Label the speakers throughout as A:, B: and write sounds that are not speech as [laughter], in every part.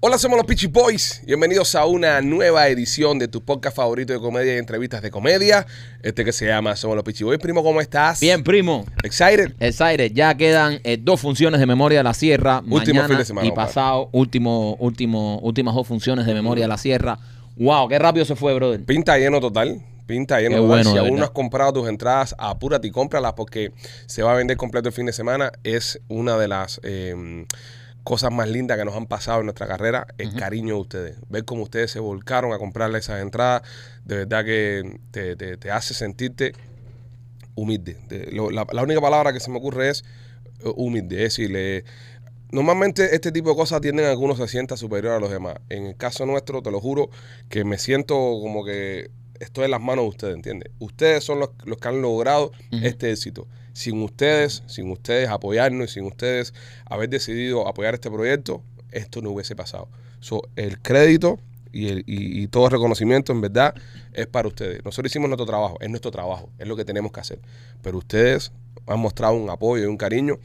A: Hola, somos los Peachy Boys. Bienvenidos a una nueva edición de tu podcast favorito de comedia y entrevistas de comedia. Este que se llama Somos los Peachy Boys. Primo, ¿cómo estás?
B: Bien, primo.
A: ¿Excited?
B: Excited, ya quedan eh, dos funciones de memoria de la sierra.
A: Último
B: mañana
A: fin de semana,
B: Y
A: compadre.
B: pasado, último, último, últimas dos funciones de memoria de la sierra. Wow, qué rápido se fue, brother.
A: Pinta lleno total. Pinta lleno
B: Qué
A: total.
B: bueno,
A: si
B: de
A: aún no
B: verdad.
A: has comprado tus entradas, apúrate y cómpralas porque se va a vender completo el fin de semana. Es una de las eh, cosas más lindas que nos han pasado en nuestra carrera, el cariño de ustedes. Ver cómo ustedes se volcaron a comprarle esas entradas, de verdad que te, te- te hace sentirte humilde. De- lo- la, la única palabra que se me ocurre es eh, humilde. Es decir, eh, Normalmente este tipo de cosas tienden a que uno se sienta superior a los demás. En el caso nuestro, te lo juro, que me siento como que estoy en las manos de ustedes, ¿entiendes? Ustedes son los, los que han logrado este éxito. Sin ustedes, sin ustedes apoyarnos y sin ustedes haber decidido apoyar este proyecto, esto no hubiese pasado. So, el crédito y, el- y- y todo el reconocimiento, en verdad, es para ustedes. Nosotros hicimos nuestro trabajo, es nuestro trabajo, es lo que tenemos que hacer. Pero ustedes han mostrado un apoyo y un cariño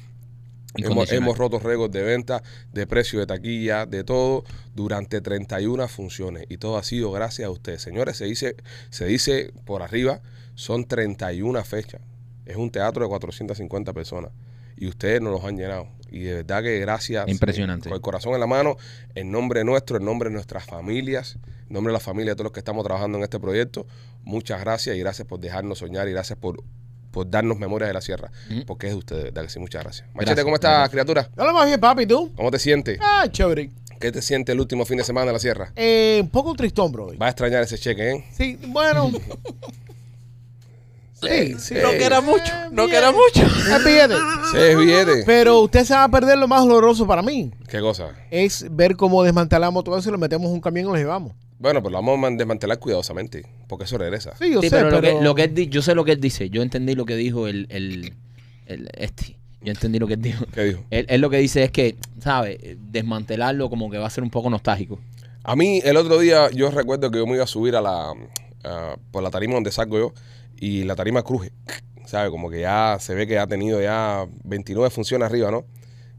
A: Hemos,
B: Incondicional.
A: hemos roto récords de venta, de precio, de taquilla, de todo, durante 31 funciones. Y todo ha sido gracias a ustedes. Señores, se dice, se dice por arriba, son 31 fechas. Es un teatro de 450 personas. Y ustedes nos los han llenado. Y de verdad que gracias.
B: Impresionante.
A: eh, Con el corazón en la mano, en nombre nuestro, en nombre de nuestras familias, en nombre de la familia de todos los que estamos trabajando en este proyecto, muchas gracias y gracias por dejarnos soñar y gracias por, por darnos memorias de la sierra.
B: Ujú.
A: Porque es de ustedes, de verdad que sí, muchas gracias. Machete,
B: Gracias,
A: ¿cómo estás,
B: gracias.
A: criatura?
C: No lo más bien, papi, ¿tú?
A: ¿Cómo te sientes?
C: Ah, chévere.
A: ¿Qué te siente el último fin de semana de la sierra?
C: Eh, un poco tristón, bro.
A: Va a extrañar ese cheque, ¿eh?
C: Sí, bueno. sí, sí.
D: No
A: Sí.
D: que era mucho, no
C: bien.
D: que era mucho.
C: Es billete.
A: Se viene.
C: Eh, Pero usted se va a perder lo más doloroso para mí.
A: ¿Qué cosa?
C: Es ver cómo desmantelamos todo eso y lo metemos en un camión y lo llevamos.
A: Bueno, pues lo vamos a man- desmantelar cuidadosamente, porque eso regresa.
C: Sí, yo
B: Sí,
C: sé,
B: pero,
C: pero...
B: lo que, lo que él di- yo sé lo que él dice. Yo entendí lo que dijo el, el, el- este. Yo entendí lo que él dijo.
A: ¿Qué dijo?
B: Él, él lo que dice es que, ¿sabes? Desmantelarlo como que va a ser un poco nostálgico.
A: A mí, el otro día, yo recuerdo que yo me iba a subir a la. ah, por la tarima donde salgo yo, y la tarima cruje. ¿Sabes? Como que ya se ve que ha tenido ya 29 funciones arriba, ¿no?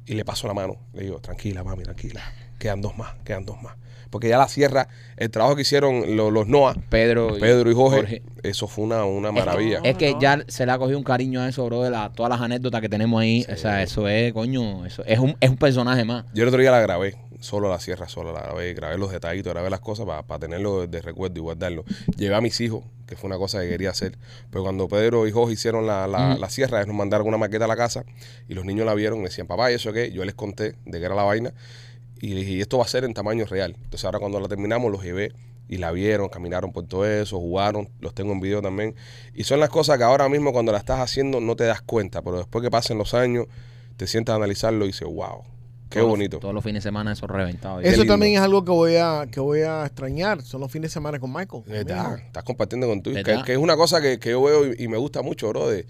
A: Y le paso la mano. Le digo, tranquila, mami, tranquila. Quedan dos más, quedan dos más. Porque ya la sierra, el trabajo que hicieron lo- los Noah,
B: Pedro y,
A: Pedro y Jorge,
B: Jorge.
A: eso fue una, una maravilla.
B: Es que ya se le ha cogido un cariño a eso, bro, de la- todas las anécdotas que tenemos ahí. O sea, eso es, coño, eso es un, es un personaje más.
A: Yo el otro día la grabé, solo la sierra, solo la grabé, grabé los detallitos, grabé las cosas para tenerlo de, de recuerdo y guardarlo. Llevé a mis hijos, que fue una cosa que quería hacer, pero cuando Pedro y Jorge hicieron la, la, la sierra, ellos nos mandaron una maqueta a la casa y los niños la vieron y me decían, papá, ¿y eso qué? Yo les conté de qué era la vaina y les dije, "Y esto va a ser en tamaño real. Entonces ahora cuando la terminamos los llevé y la vieron, caminaron por todo eso, jugaron, los tengo en video también. Y son las cosas que ahora mismo cuando las estás haciendo no te das cuenta, pero después que pasen los años te sientas a analizarlo y dices, wow, qué
B: Todos los-
A: bonito.
B: Todos los fines de semana eso reventado.
A: Qué
C: Eso
A: lindo.
C: también es algo que voy a que voy a extrañar. Son los fines de semana con Michael.
A: ¿Verdad? Estás compartiendo con tu hijo. Que,
B: ¿Verdad?
A: que es una cosa que, que yo veo y, y me gusta mucho, bro. De,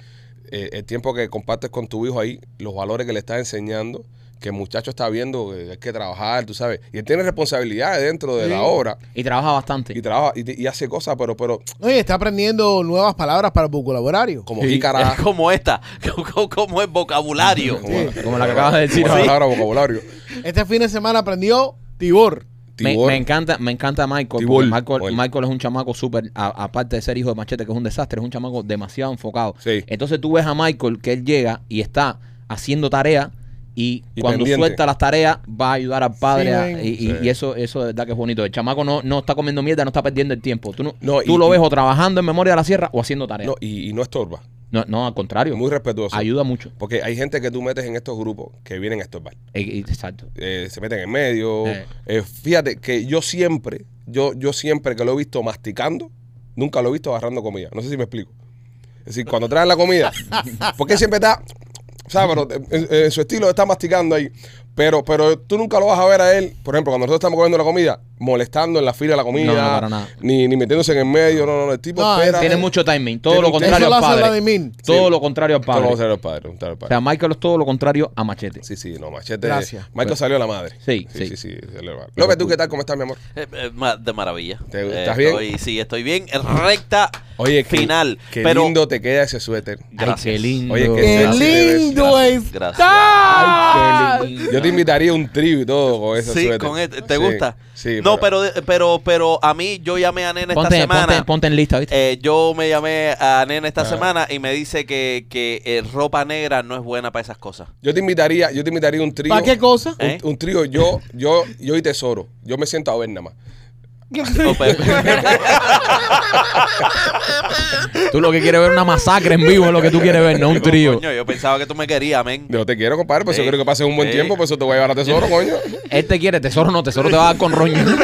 A: eh, el tiempo que compartes con tu hijo ahí, los valores que le estás enseñando, que el muchacho está viendo, que hay que trabajar, tú sabes. Y él tiene responsabilidades dentro de la
C: Sí.
A: obra
B: Y trabaja bastante.
A: y trabaja y, y hace cosas, pero pero
C: No, y está aprendiendo nuevas palabras para el vocabulario.
A: como
B: Sí.
A: jícara.
D: Es como esta, [laughs] como, como el vocabulario.
A: [laughs]
B: Como la que acabas de decir
A: como la
B: ahora.
A: palabra, vocabulario.
C: Este fin de semana aprendió Tibor.
B: Me,
A: Tibor,
B: me encanta, me encanta Michael. porque
A: Tibor.
B: Michael,
A: Oye.
B: Michael es un chamaco súper, a- aparte de ser hijo de Machete, que es un desastre, es un chamaco demasiado enfocado.
A: Sí.
B: Entonces tú ves a Michael que él llega y está haciendo tarea y,
A: Y
B: cuando
A: pendiente.
B: suelta las tareas va a ayudar al padre.
C: Sí,
B: a-
C: ven.
B: y, y-
A: Sí.
B: y eso, eso de verdad que es bonito. El chamaco no, no está comiendo mierda, no está perdiendo el tiempo. Tú, no,
A: No,
B: tú
A: y-
B: lo
A: y-
B: ves o trabajando en memoria de la sierra o haciendo tarea.
A: no,
B: No,
A: y, y no estorba.
B: no, al contrario.
A: Muy respetuoso.
B: Ayuda mucho.
A: Porque hay gente que tú metes en estos grupos que vienen a estorbar.
B: Eh, eh, Exacto.
A: eh, se meten en medio.
B: Eh.
A: Eh, fíjate que yo siempre, yo, yo siempre que lo he visto masticando, nunca lo he visto agarrando comida. No sé si me explico. Es decir, cuando traen la comida,
B: [laughs]
A: porque siempre está, ¿sabes? Pero en, en su estilo está masticando ahí. Pero, pero tú nunca lo vas a ver a él, por ejemplo, cuando nosotros estamos comiendo la comida, molestando en la fila de la comida,
B: No, no, para nada.
A: Ni, ni metiéndose en el medio, no, no, no, el tipo
C: No,
A: espera.
B: Tiene mucho timing. Todo
A: Tiene
B: lo
A: un-
B: contrario
C: Eso lo
B: al
C: hace
B: padre.
C: Vladimir.
B: Todo
A: Sí.
B: lo contrario al
A: Todo lo
B: padre.
A: contrario al padre, todo lo contrario al
B: O
A: padre.
B: sea, Michael es todo lo contrario a Machete.
A: Sí, sí, no, machete.
C: Gracias.
A: Michael salió a la madre.
B: Pues. Sí, sí.
A: sí, sí, salió a la madre. López, ¿tú qué tal? ¿Cómo estás, mi amor?
D: Eh, eh, ma- De maravilla.
A: ¿Te-
D: Eh,
A: estás bien?
D: estoy- sí, estoy bien. Recta
A: Oye, qué-
D: final.
A: Qué
D: pero,
A: lindo te queda ese suéter.
B: Ay, qué
D: Gracias.
B: lindo.
A: Oye, qué
C: ¡Qué
A: Gracias,
C: lindo
A: gracias,
C: está!
D: Gracias.
B: Ay, qué lindo.
A: Yo te invitaría a un trío y todo con ese
D: Sí,
A: suéter.
D: con este. ¿Te
A: Sí,
D: gusta?
A: Sí.
D: no, pero, de- pero, pero a mí yo llamé a Nena
B: Ponte,
D: esta semana.
B: ponte, ponte en lista, ¿viste?
D: Eh, yo me llamé a Nena esta
A: Ah.
D: semana y me dice que, que eh, ropa negra no es buena para esas cosas.
A: Yo te invitaría, yo te invitaría un trío.
C: ¿Para
B: [laughs]
C: qué cosa?
D: ¿Eh?
A: Un trío, yo, yo, yo y Tesoro. Yo me siento a ver nada más. uh.
D: No, pero-
A: [laughs]
B: Tú lo que quieres ver es una masacre en vivo, es lo que tú quieres ver, no un
D: Digo,
B: trío.
D: coño, yo pensaba que tú me querías, men.
A: Yo te quiero, compadre, pues
D: Sí.
A: yo quiero que pases un buen
D: Sí.
A: tiempo, pues eso te voy a llevar a Tesoro, coño.
B: Él te Este quiere, tesoro no, tesoro te va a dar con roño.
D: [laughs]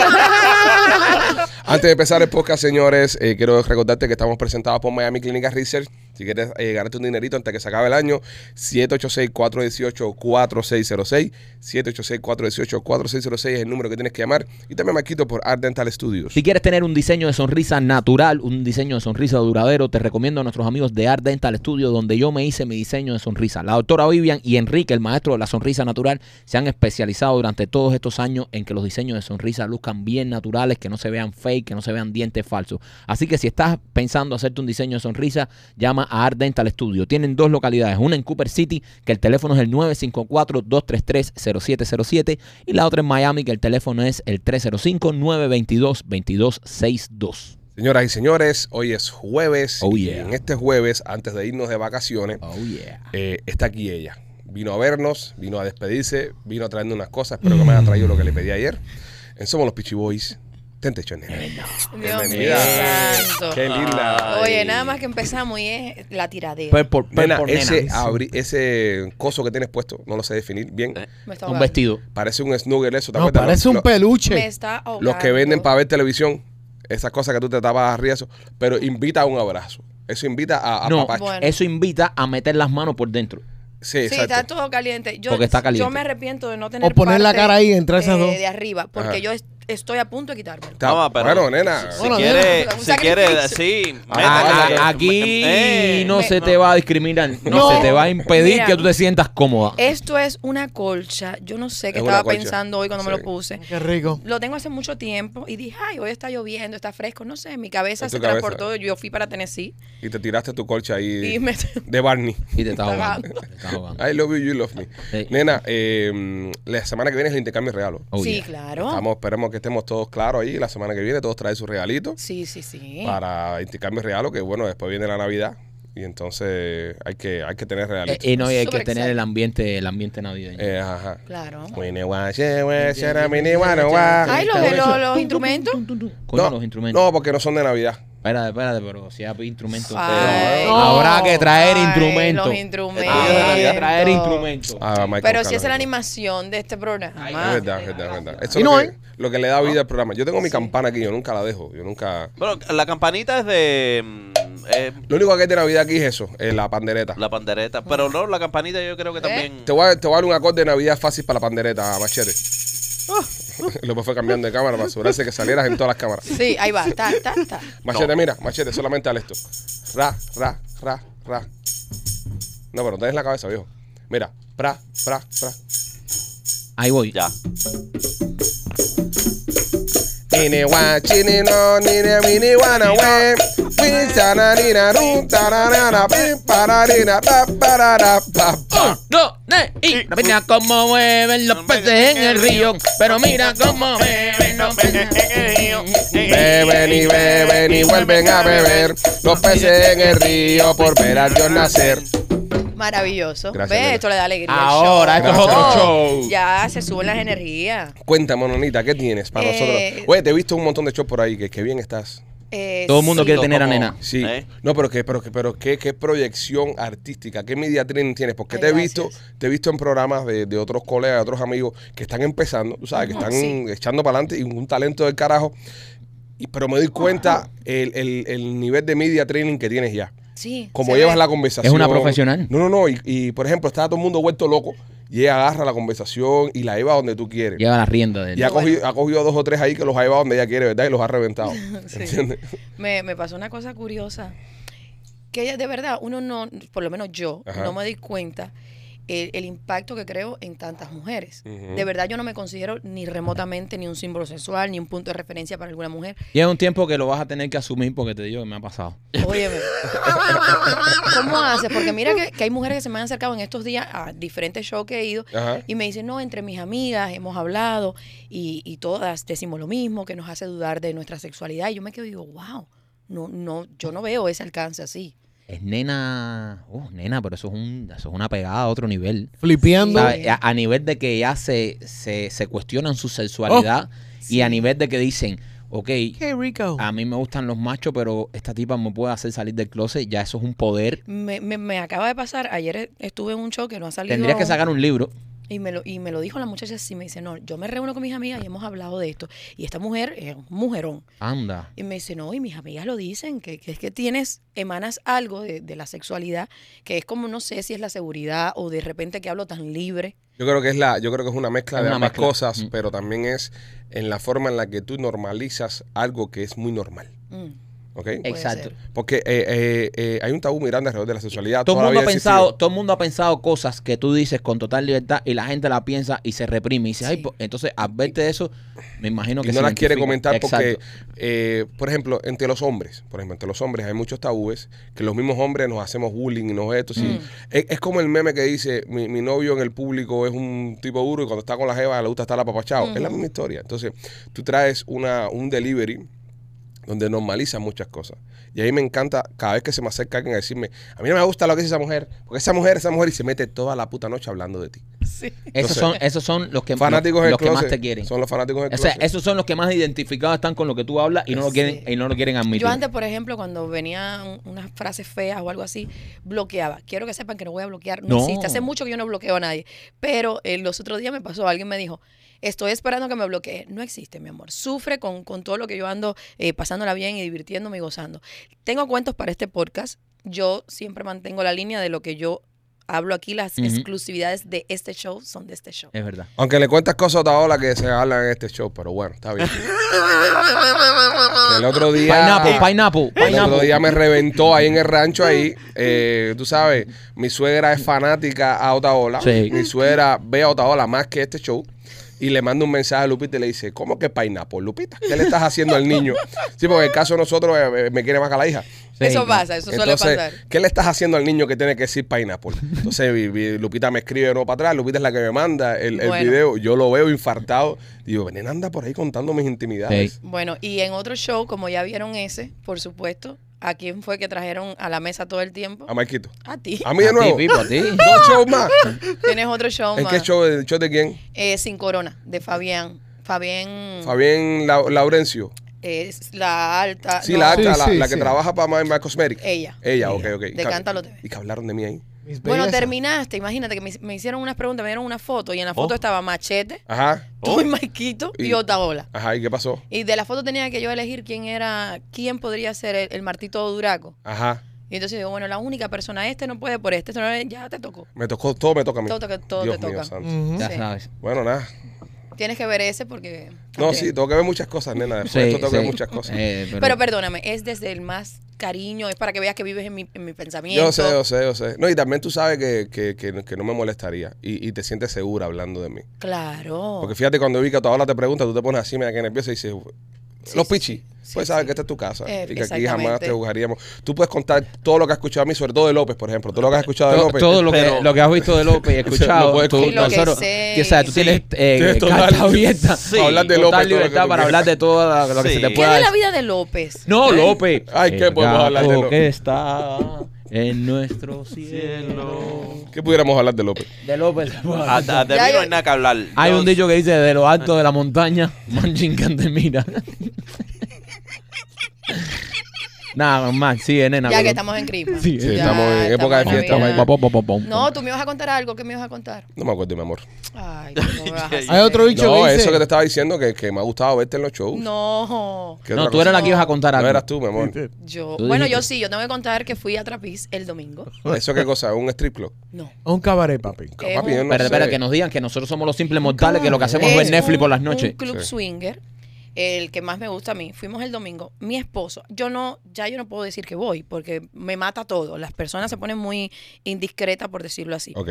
A: Antes de empezar el podcast, señores, eh, quiero recordarte que estamos presentados por Miami Clinical Research. Si quieres eh, ganarte un dinerito antes que se acabe el año, 786-418-4606. 786-418-4606 es el número que tienes que llamar. Y también me quito por Art Dental Studios.
B: Si quieres tener un diseño de sonrisa natural, un diseño de sonrisa duradero, te recomiendo a nuestros amigos de Art Dental Studio, donde yo me hice mi diseño de sonrisa. La doctora Vivian y Enrique, el maestro de la sonrisa natural, se han especializado durante todos estos años en que los diseños de sonrisa luzcan bien naturales, que no se vean fake, que no se vean dientes falsos. Así que si estás pensando hacerte un diseño de sonrisa, llama a Art Dental Studio. Tienen dos localidades, una en Cooper City, que el teléfono es el 954-233-0707, y la otra en Miami, que el teléfono es el 305-922-2262.
A: Señoras y señores, hoy es jueves.
B: Oh,
A: Y
B: yeah.
A: en este jueves, antes de irnos de vacaciones,
B: Oh, yeah.
A: eh, está aquí ella. Vino a vernos, vino a despedirse, vino a traernos unas cosas. Espero que me haya traído lo que le pedí ayer. En Somos los Pichi Boys. Tente, Chanel.
E: Dios mío
A: Bienvenida.
E: santo.
A: Qué linda.
E: Oye, nada más que empezamos y es la tiradera.
B: Purple, purple
A: Nena,
B: nena.
A: ese, abri- ese coso que tienes puesto, no lo sé definir bien.
D: Eh.
E: me está
B: Un
E: ahogando.
B: vestido.
A: Parece un snuggle eso. ¿te
C: No,
A: acuerdas?
C: parece
A: Los-
C: un
A: los-
E: Me
C: peluche.
E: está ahogando.
A: Los que venden para ver televisión, esas cosas que tú te tapas a riesgo, pero invita a un abrazo. Eso invita a, a
B: no,
A: papacho.
E: Bueno.
B: eso invita a meter las manos por dentro.
A: Sí,
E: Sí,
A: exacto.
E: está todo caliente. Yo,
B: Porque está caliente.
E: Yo me arrepiento de no tener
C: O poner la
E: parte, eh,
C: cara ahí entre esas dos.
E: De arriba, porque
A: Ajá.
E: yo es- estoy a punto de quitármelo.
A: Está-
D: Vamos, pero-
A: bueno, nena.
D: Si
C: Hola,
D: quiere,
E: nena. Un
D: si quiere,
E: sacrificio.
D: sí.
A: Ah,
D: métele.
A: ah,
B: aquí
D: Eh,
B: no
E: me-
B: se te va a discriminar, no,
C: No.
B: se te va a impedir
E: Mira. Eh,
B: que tú te sientas cómoda.
E: Esto es una colcha. Yo no sé qué
A: Es una
E: estaba
A: colcha.
E: pensando hoy cuando me
A: Sí.
E: lo puse.
C: Qué rico.
E: Lo tengo hace mucho tiempo y dije, ay, hoy está lloviendo, está fresco. No sé, mi cabeza
A: En
E: se
A: tu cabeza.
E: transportó. Yo fui para Tennessee
A: Y te tiraste tu colcha ahí
E: y me. [laughs]
A: de Barney.
B: Y te estás
E: Está
B: ahogando. te estás ahogando.
A: I love you, you love me.
B: Sí.
A: Nena, eh, la semana que viene es el intercambio de regalos.
B: Oh,
E: sí,
B: yeah.
E: claro.
A: Estamos, esperemos que estemos todos claros ahí. La semana que viene todos traen sus regalitos
E: Sí, sí, sí.
A: para intercambio de regalos, que bueno, después viene la Navidad y entonces hay que, hay que tener
B: Eh,
A: regalitos.
B: Y no, y hay que
E: Súper
B: tener el ambiente, el ambiente navideño.
A: Eh, ajá.
E: Claro.
A: Mini guay, che, güey, chera, mini guay, no guay.
E: Ay, los,
B: Todo
E: de
B: eso.
E: los, los instrumentos.
B: Coño,
A: No,
B: los instrumentos.
A: No, porque no son de Navidad.
B: Espérate, espérate, pero si hay instrumentos.
E: Ay,
B: pero- Habrá que traer
E: ay,
B: instrumentos.
E: los instrumentos.
B: Habrá que traer instrumentos.
A: Ah, Michael
E: Pero si
A: Carlos.
E: esa es la animación de este programa.
A: Es verdad, es verdad, es verdad. Eso
C: Y
A: es lo,
C: no
A: que, lo que le da vida al programa. Yo tengo mi campana aquí, yo nunca la dejo. Yo nunca.
D: Bueno, la campanita es de. mm, eh,
A: Lo único que hay de Navidad aquí es eso, eh, la pandereta.
D: la pandereta. Pero no, la campanita yo
E: ¿Eh?
D: creo que también.
A: Te voy, a, te voy a dar un acorde de Navidad fácil para la pandereta, machete.
E: Ah.
A: [laughs] Luego fue cambiando de cámara para asegurarse que salieras en todas las cámaras.
E: Sí, ahí va. Ta, ta, ta.
A: Machete,
D: No.
A: mira, machete, solamente al esto. Ra, ra, ra, ra. No, pero no te des la cabeza, viejo. Mira, pra, pra, pra.
B: Ahí voy.
D: Ya.
A: Nini wa, chini no, nini mini wa na we. Wi sa na ni na ru, ta na na na, pi pa ra ri na, pa pa ra ra, pa pa.
B: No, ne, y mira cómo mueven los peces en el río. Pero mira cómo mueven los peces en el río.
A: Beben y beben y vuelven a beber los peces en el río por ver al Dios nacer.
E: Maravilloso.
A: Gracias,
E: Ve,
A: Lena.
E: esto le da alegría. al
B: Ahora,
E: show.
B: esto
E: Oh,
B: es
A: Gracias.
B: otro show.
E: Ya se suben las energías.
A: Cuéntame, nonita, ¿qué tienes para
E: Eh,
A: nosotros? Oye, te he visto un montón de shows por ahí, que, que bien estás.
E: Eh,
B: Todo el mundo
E: sí.
B: quiere tener a
D: como-
B: nena.
A: Sí.
D: ¿Eh?
A: No, pero qué, pero qué, pero qué, qué proyección artística, qué media training tienes, porque
E: Ay,
A: te he visto,
E: gracias.
A: te he visto en programas de, de otros colegas, de otros amigos que están empezando, tú sabes, que
E: Ujú,
A: están
E: sí.
A: echando para adelante y un talento del carajo. Y, pero me doy cuenta el, el- el nivel de media training que tienes ya.
E: Sí.
A: Como
E: se
A: llevas
E: ve.
A: la conversación.
B: Es una profesional.
A: No, no, no. Y, y, por ejemplo, está todo el mundo vuelto loco y ella agarra la conversación y la lleva donde tú quieres.
B: Lleva la rienda de
A: Y ha
E: Bueno.
A: cogido, ha cogido dos o tres ahí que los ha llevado donde ella quiere, ¿verdad? Y los ha reventado.
E: [laughs] Sí.
A: ¿Entiendes?
E: Me, me pasó una cosa curiosa. Que ella, de verdad, uno no, por lo menos yo,
A: Ajá.
E: no me di cuenta el, el impacto que creo en tantas mujeres.
A: Ujú.
E: De verdad yo no me considero ni remotamente ni un símbolo sexual, ni un punto de referencia para alguna mujer.
B: Y es un tiempo que lo vas a tener que asumir porque te digo que me ha pasado. [laughs]
E: Óyeme. ¿Cómo haces? Porque mira que, que hay mujeres que se me han acercado en estos días a diferentes shows que he ido
A: Ajá.
E: y me dicen, no, entre mis amigas hemos hablado y, y todas decimos lo mismo, que nos hace dudar de nuestra sexualidad. Y yo me quedo y digo, wow, no, no, yo no veo ese alcance así.
B: Es nena, oh, nena, pero eso es, un, eso es una pegada a otro nivel.
C: Flipeando.
E: Sí.
B: ¿Sabe? A, a nivel de que ya se, se, se cuestionan su sexualidad
E: Oh,
B: y a nivel de que dicen, ok,
C: Qué rico.
B: a mí me gustan los machos, pero esta tipa me puede hacer salir del closet, ya eso es un poder.
E: Me, me- me acaba de pasar, ayer e, estuve en un show que no ha salido
B: Tendrías que
E: aún.
B: sacar un libro.
E: Y me, lo, y me lo dijo la muchacha así, me dice, no, yo me reúno con mis amigas y hemos hablado de esto. Y esta mujer es un mujerón.
B: Anda.
E: Y me dice, no, y mis amigas lo dicen, que, que es que tienes, emanas algo de, de la sexualidad, que es como, no sé si es la seguridad o de repente que hablo tan libre.
A: Yo creo que es la, yo creo que es una mezcla
B: Es
A: de
B: una
A: ambas
B: mezcla.
A: cosas,
B: Mm.
A: pero también es en la forma en la que tú normalizas algo que es muy normal.
E: Mm.
A: ¿Ok?
E: Puede
B: Exacto.
E: ser.
A: Porque eh, eh, eh, hay un tabú mirando alrededor de la sexualidad.
B: Todo
A: toda
B: el,
A: la
B: mundo ha
A: vida existido.
B: pensado, todo el mundo ha pensado cosas que tú dices con total libertad y la gente la piensa y se reprime. Y dice,
E: Sí.
B: "Ay, po-". entonces, al verte eso, me imagino
A: Y
B: que
A: no
B: se
A: las quiere
B: identifica.
A: comentar porque,
B: Exacto.
A: eh, por ejemplo, entre los hombres, por ejemplo, entre los hombres hay muchos tabúes que los mismos hombres nos hacemos bullying y nos esto. sí.
E: Mm.
A: Es, es como el meme que dice, mi, mi novio en el público es un tipo duro y cuando está con la jeva le gusta estar apapachado. Es la
E: Ujú.
A: misma historia. Entonces, tú traes una, un delivery donde normaliza muchas cosas. Y ahí me encanta cada vez que se me acerca alguien a decirme, a mí no me gusta lo que dice esa mujer, porque esa mujer, esa mujer, y se mete toda la puta noche hablando de ti.
E: Sí.
B: Esos
A: Entonces,
B: son, esos son los que,
A: fanáticos
B: los,
A: del
B: los que más
A: closet.
B: te quieren.
A: Son los fanáticos del
B: O sea,
A: closet.
B: esos son los que más identificados están con lo que tú hablas y no lo quieren,
E: Sí.
B: y no lo quieren admitir.
E: Yo antes, por ejemplo, cuando venían unas frases feas o algo así, bloqueaba. Quiero que sepan que no voy a bloquear. No,
B: No.
E: existe. Hace mucho que yo no bloqueo a nadie. Pero eh, los otros días me pasó, alguien me dijo, estoy esperando que me bloquee. No existe, mi amor. Sufre con, con todo lo que yo ando eh, pasándola bien y divirtiéndome y gozando. Tengo cuentos para este podcast. Yo siempre mantengo la línea de lo que yo hablo aquí. Las
B: Ujú.
E: exclusividades de este show son de este show.
B: Es verdad.
A: Aunque le cuentas cosas a Otaola que se hablan en este show, pero bueno, está bien. el otro día.
B: Pineapple, pineapple,
A: ah, El otro
B: pineapple.
A: día me reventó ahí en el rancho ahí. Eh, tú sabes, mi suegra es fanática a Otaola.
B: Sí.
A: Mi suegra ve a Otaola más que este show. Y le manda un mensaje a Lupita y le dice, ¿cómo que pineapple, Lupita? ¿Qué le estás haciendo al niño? Sí, porque en el caso de nosotros eh, eh, me quiere más que a la hija.
B: Sí.
E: eso pasa, eso suele
A: Entonces,
E: pasar.
A: ¿qué le estás haciendo al niño que tiene que decir
E: [laughs]
A: pineapple? Entonces, vi- vi- Lupita me escribe no para atrás, Lupita es la que me manda el, el
E: Bueno.
A: video, yo lo veo infartado. Digo, Venena anda por ahí contando mis intimidades.
B: Sí.
E: Bueno, y en otro show, como ya vieron ese, por supuesto, ¿a quién fue que trajeron a la mesa todo el tiempo?
A: A Marquito.
E: A ti.
A: A mí de
B: A ti,
A: nuevo. [laughs]
B: Pipo, a ti.
A: Dos shows más.
E: [laughs] Tienes otro show
A: ¿En
E: más.
A: qué show? ¿El show de quién?
E: Eh, Sin Corona, de Fabián. Fabián
A: Fabián Lau- Laurencio.
E: es la alta.
A: Sí,
E: Ah, no,
A: la alta, Eh,
C: Sí,
A: la,
C: sí,
A: la que
C: sí.
A: trabaja para My, My Cosmetics.
E: Ella.
A: Ella, ok,
B: Ella.
A: ok.
E: De
A: ¿Y qué-
E: Cántalo TV.
A: ¿Y que hablaron de mí ahí?
C: Mis
E: Bueno,
C: bellezas.
E: terminaste, imagínate que me, me hicieron unas preguntas, me dieron una foto y en la
D: Oh.
E: foto estaba Machete,
A: Ajá,
E: tú y Maikito
A: Oh.
E: y,
A: Y-
E: Otaola.
A: ajá, ¿y qué pasó?
E: Y de la foto tenía que yo elegir quién era, quién podría ser el, el Martito Duraco.
A: Ajá.
E: Y entonces digo, bueno, la única persona, este no puede por este, este no- ya te tocó.
A: Me tocó, todo me toca a mí.
E: Todo toca- todo
A: Dios
E: te
A: mío
E: toca.
A: santo.
C: Ujú.
B: Ya
E: Sí.
B: sabes.
A: Bueno, nada.
E: Tienes que ver ese porque.
A: No,
E: también.
A: sí, tengo que ver muchas cosas, nena. Después de esto tengo que ver muchas cosas.
B: Eh, pero,
E: Pero perdóname, es desde el más cariño, es para que veas que vives en mi, en mi pensamiento.
A: Yo sé, yo sé, yo sé. No, y también tú sabes que, que- que- que no me molestaría y, y te sientes segura hablando de mí.
E: Claro.
A: Porque fíjate, cuando vi que a toda hora te pregunta, tú te pones así, mira que nerviosa y dices,
E: Sí,
A: los
E: sí,
A: pichis,
E: sí,
A: pues
E: sí.
A: sabes que esta es tu casa
E: Eh,
A: y que aquí jamás
E: exactamente.
A: te jugaríamos. Tú puedes contar todo lo que has escuchado a mí, sobre todo de López, por ejemplo. Todo lo que has escuchado de
B: todo,
A: López.
B: todo lo, que,
D: pero-
B: lo que has visto
A: [laughs]
B: de López y
A: Lo
B: escuchado,
A: puedes
B: tú,
E: Y lo que
B: nosotros,
E: sé.
B: que, o sea, tú
E: Sí.
B: tienes, eh,
A: Tienes total- [laughs]
B: carta abierta
D: Sí.
B: para hablar de
A: Total
B: López,
A: todo lo que
B: libertad
A: tú
B: para
A: quieras.
B: hablar de todo lo que
D: Sí.
B: se te
E: ¿Qué es
B: pueda
E: de la vida de López?
B: No, López.
A: Ay, ¿qué
B: El
A: podemos hablar de
B: gato
A: López?
B: que está [laughs] en nuestro cielo.
A: ¿Qué pudiéramos hablar de López?
B: De López.
D: A, a- de
E: Ya
D: mí
E: yo-
D: no hay nada que hablar.
B: Hay
D: Yo-
B: un dicho que dice, de lo alto de la
D: [laughs]
B: montaña, manchin mira. [laughs] Nada, Max, sigue, nena.
E: Ya
B: con
E: que
B: lo-
E: estamos en Christmas.
B: Sí,
E: Ya
A: estamos en época de fiesta,
E: Navidad.
A: vamos.
B: Pom, pom, pom, pom.
E: No, tú me ibas a contar algo. ¿Qué me ibas a contar?
A: No me acuerdo, mi amor. [laughs]
E: Ay, ¿cómo me vas a
D: Hay
E: hacer?
C: Hay otro bicho
A: No,
C: que dice.
A: eso que te estaba diciendo, que, que me ha gustado verte en los shows.
E: No.
A: ¿Qué
B: No,
A: otra
B: tú
A: cosa?
B: eras la que ibas a contar
A: No
B: algo.
A: eras tú, mi amor.
E: Yo,
B: Tú
E: bueno,
B: dijiste.
E: yo sí, yo tengo que contar que fui a Trapiz el domingo.
A: ¿Eso qué cosa? ¿Un strip club?
E: No.
C: A un cabaret, papi.
E: Es
A: Papi, yo
E: un-
A: no
B: Espera,
A: sé.
B: espera, que nos digan que nosotros somos los simples mortales que lo que hacemos es
E: es
B: ver Netflix
E: un-
B: por las noches.
E: Un club
A: Sí.
E: swinger el que más me gusta a mí, fuimos el domingo, mi esposo, yo no, ya yo no puedo decir que voy, porque me mata todo, las personas se ponen muy indiscretas, por decirlo así.
A: Ok.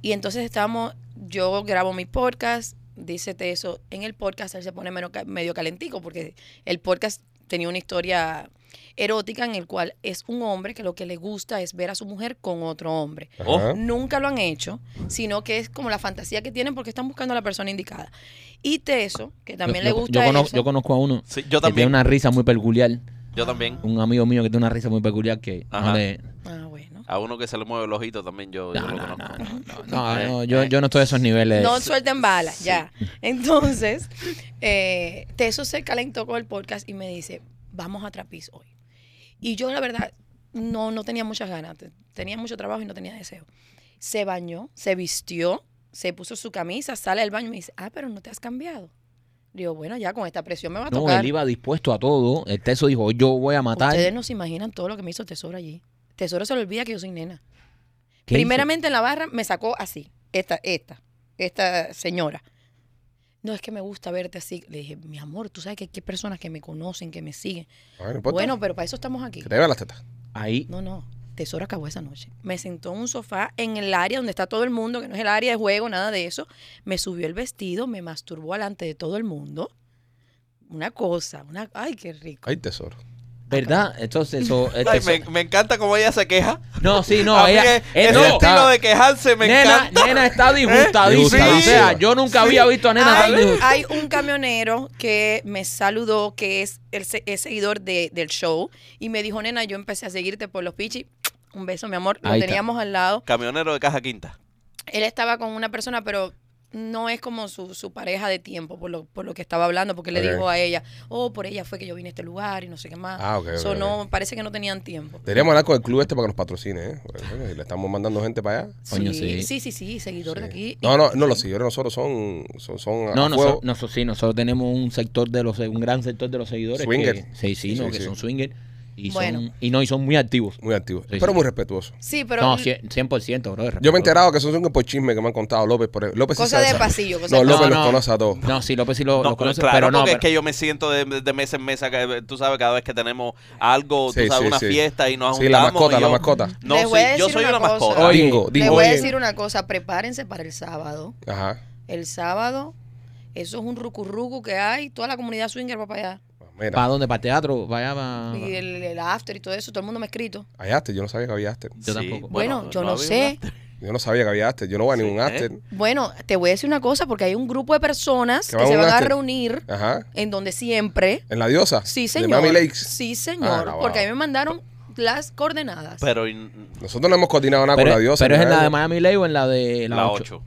E: Y entonces estábamos, yo grabo mi podcast, dícete eso, en el podcast él se pone medio, ca- medio calentico porque el podcast tenía una historia erótica en el cual es un hombre que lo que le gusta es ver a su mujer con otro hombre.
A: Ajá.
D: Oh.
E: Nunca lo han hecho, sino que es como la fantasía que tienen porque están buscando a la persona indicada. Y Teso, que también
B: Yo-
E: le
B: yo-
E: gusta
B: yo, cono-
E: eso.
B: yo conozco a uno
D: Sí,
B: que
D: yo
B: tiene
D: también.
B: una risa muy peculiar.
D: Yo también.
B: Un amigo mío que tiene una risa muy peculiar que no
D: Ajá.
B: le-
E: Ah, bueno.
D: A uno que se le mueve el ojito también yo, yo
B: No,
D: lo
B: no,
D: conozco.
B: No,
D: Eh,
B: no, yo,
D: eh.
B: yo no estoy a esos niveles.
E: No suelten balas, ya. Entonces, [laughs] eh, Teso se calentó con el podcast y me dice, vamos a Trapiz hoy. Y yo, la verdad, no, no tenía muchas ganas. Te- Tenía mucho trabajo y no tenía deseo. Se bañó, se vistió, se puso su camisa, sale del baño y me dice, ah, pero no te has cambiado. Digo, bueno, ya con esta presión me va a
B: No,
E: tocar.
B: él iba dispuesto a todo. El teso dijo, yo voy a matar.
E: Ustedes no se imaginan todo lo que me hizo Tesoro allí. Tesoro se le olvida que yo soy nena.
B: ¿Qué hizo?
E: Primeramente en la barra me sacó así, esta, esta, esta señora. No es que me gusta verte así. Le dije, mi amor, tú sabes que hay personas que me conocen, que me siguen.
A: Ay, no importa.
E: Bueno, pero para eso estamos aquí.
A: pues, que te vean las tetas.
B: Ahí.
E: No, no. Tesoro acabó esa noche. Me sentó en un sofá en el área donde está todo el mundo, que no es el área de juego, nada de eso. Me subió el vestido, me masturbó delante de todo el mundo. Una cosa, una. ¡Ay, qué rico!
A: Ay, tesoro.
B: ¿Verdad? Entonces, eso, el
D: [laughs] Ay,
B: teso-
D: me, me encanta cómo ella se queja.
B: No, Este sí, no.
D: A mí
B: ella, eh,
D: es- ese
B: no,
D: estilo de quejarse me
B: nena,
D: encanta. ¿Eh?
B: nena
D: [laughs]
B: está disgustadísima.
A: Sí.
B: O sea, yo nunca había visto a Nena tan
E: hay,
B: disgustada.
E: hay un camionero que me saludó, que es, el, se- es seguidor de- del show, y me dijo, nena, yo empecé a seguirte por los pichis. Un beso, mi amor. Lo
B: Ahí está.
E: teníamos al lado.
D: Camionero de caja quinta.
E: Él estaba con una persona, pero no es como su, su pareja de tiempo, por lo, por lo que estaba hablando, porque
A: Ok.
E: le dijo a ella, oh, por ella fue que yo vine a este lugar y no sé qué más.
A: Ah, ok, ok,
E: So,
A: ok.
E: no, parece que no tenían tiempo.
A: Deberíamos hablar con el club este para que nos patrocine, ¿eh? Porque, coño, si le estamos mandando gente para allá.
B: Coño, sí.
E: sí, sí, sí, sí, seguidor de aquí.
A: No, no, no, los seguidores nosotros son, son, son a
B: No,
A: fuego.
B: nosotros, nosotros sí, nosotros tenemos un sector de los, un gran sector de los seguidores.
A: Swinger.
B: que- sí, sí, no,
A: Sí,
B: que
A: sí.
B: son swingers. Y,
E: Bueno.
B: son, y no, y son muy activos.
A: muy activos,
B: Sí,
A: pero
B: sí.
A: muy respetuosos.
E: Sí, pero
B: no, cien- 100%, brother.
A: Yo me he enterado que son por chisme que me han contado López. Por López sí
E: Cosa
A: sabe
E: de
A: esa-
E: pasillo, cosa
A: No,
E: de
A: López
B: No,
A: los
B: no.
A: conoce a todos.
B: No, sí, López sí lo,
D: No,
B: lo conoce,
D: claro,
B: pero no.
D: porque
B: pero-
D: es que yo me siento de, de mes en mesa, que, tú sabes, cada vez que tenemos algo,
A: Sí,
D: tú sabes,
A: sí,
D: una
A: sí.
D: fiesta y nos
A: Sí, la
D: juntamos
A: mascota,
D: y
A: la
D: yo-
A: mascota.
D: No,
E: Les voy
D: sí,
E: a
D: yo
E: decir
D: soy
E: una
D: una mascota.
E: cosa.
B: Oye,
A: Dingo,
E: Le
A: dingo.
E: voy a
A: Oye.
E: decir una cosa, prepárense para el sábado.
A: Ajá.
E: El sábado, eso es un rucurrucu que hay, toda la comunidad swinger va para allá.
B: ¿Para
A: Mira,
B: dónde? ¿Para teatro? ¿Para allá?
A: Ah,
B: pa-
E: Y el, el after y todo eso, todo el mundo me ha escrito.
A: hay after, yo no sabía que había after.
B: Yo tampoco.
E: Bueno, yo no
D: había
E: sé.
D: una-
A: Yo no sabía que había after, yo no voy a
D: Sí,
A: ningún
D: ¿eh?
A: after.
E: Bueno, te voy a decir una cosa, porque hay un grupo de personas
A: Que
E: que,
A: van a
E: se
A: un
E: van a
A: after.
E: reunir
A: Ajá.
E: en donde siempre.
A: ¿En la diosa?
E: Sí, señor.
A: De Mami Lakes.
E: Sí, señor.
A: Ah, wow.
E: Porque a mí me mandaron las coordenadas.
D: Pero y-
A: Nosotros no hemos coordinado nada
B: Pero,
A: con la diosa.
B: pero
A: ni
B: es en la
A: nada.
B: de Miami Lake o en la de la,
D: la
B: 8.
D: 8.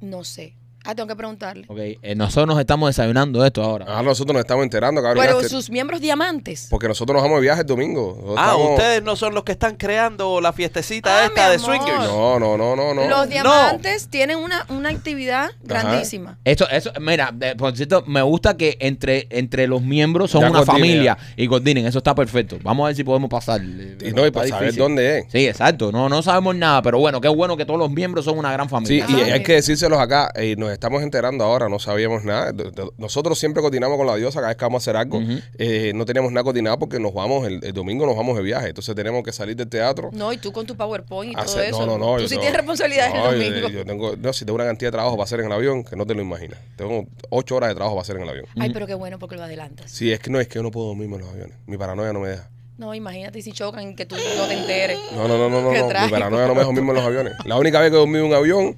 E: no sé. Ah, tengo que preguntarle.
B: Ok, eh, nosotros nos estamos desayunando esto ahora.
A: Ah, nosotros nos estamos enterando, cabrón.
E: Pero
A: after.
E: sus miembros diamantes.
A: Porque nosotros nos vamos de viaje el domingo. Nosotros
D: Ah,
A: estamos-
D: ustedes no son los que están creando la fiestecita
E: Ah,
D: esta
E: mi
D: de
E: amor.
D: swingers.
A: No, no, no, no, no.
E: Los diamantes tienen una, una actividad grandísima.
B: Esto, eso, mira, de- por cierto, me gusta que entre, entre los miembros son
A: Ya
B: una
A: coordinen,
B: familia y coordinen, eso está perfecto. Vamos a ver si podemos pasar. Eh,
A: Y no, y para
B: Está
A: saber
B: difícil.
A: dónde es.
B: Sí, exacto. No, no sabemos nada, pero bueno, qué bueno que todos los miembros son una gran
A: Sí,
B: familia.
A: y
E: Ajá.
A: hay que decírselos acá, eh, nos estamos enterando ahora, no sabíamos nada. Do- do- Nosotros siempre coordinamos con la diosa cada vez que vamos a hacer algo.
B: Ujú.
A: eh, no teníamos nada coordinado porque nos vamos, el, el domingo nos vamos de viaje. Entonces tenemos que salir del teatro.
E: No, y tú con tu PowerPoint y todo
A: hacer-
E: eso.
A: Ah, no, no, no.
E: tú
A: yo
E: sí
A: no-
E: tienes responsabilidades
A: no,
E: el
A: yo-
E: domingo.
A: Yo, tengo, no, si tengo una cantidad de trabajo para hacer en el avión que no te lo imaginas. Tengo ocho horas de trabajo para hacer en el avión.
E: Ay, pero qué bueno porque lo adelantas.
A: Sí, es que no, es que yo no puedo dormirme en los aviones. Mi paranoia no me deja.
E: No, imagínate si chocan y que tú no te enteres.
A: [laughs] No, no, no, no, no.
E: Qué
A: no. Mi
E: trágico.
A: paranoia no me dejó mismo en los aviones. La única vez que dormí en un avión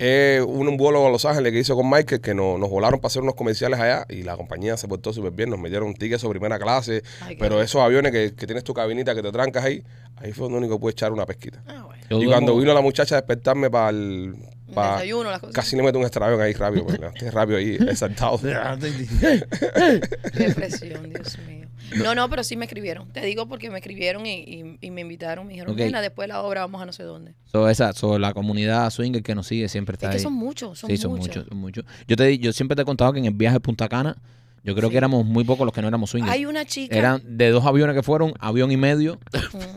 A: es un vuelo a Los Ángeles que hice con Michael, que no- nos volaron para hacer unos comerciales allá y la compañía se portó súper bien. Nos metieron un ticket sobre primera clase.
E: Ay, qué
A: pero
E: rico.
A: esos aviones que, que tienes tu cabinita que te trancas ahí, ahí fue donde único que pude echar una pesquita.
E: Ah, bueno.
B: Yo
A: y
B: duermo-
A: cuando vino la muchacha a despertarme para el.
E: Un
A: pa-
E: desayuno, las cosas.
A: Casi le meto un extravión ahí rápido, porque estoy rápido ahí, exaltado.
E: [laughs] Depresión, Dios mío. No, no, pero sí me escribieron. Te digo porque me escribieron y, y- y me invitaron. Me dijeron,
B: Ok.
E: "Nena, después de la obra vamos a no sé dónde.
B: So, esa, so, la comunidad swinger que nos sigue siempre está
E: es que
B: ahí.
E: son muchos, son,
B: sí, son
E: muchos.
B: muchos, son muchos. Yo, te, di- yo siempre te he contado que en el viaje a Punta Cana Yo creo
E: Sí.
B: que éramos muy pocos los que no éramos swingers.
E: Hay una chica.
B: Eran de dos aviones que fueron, avión y medio.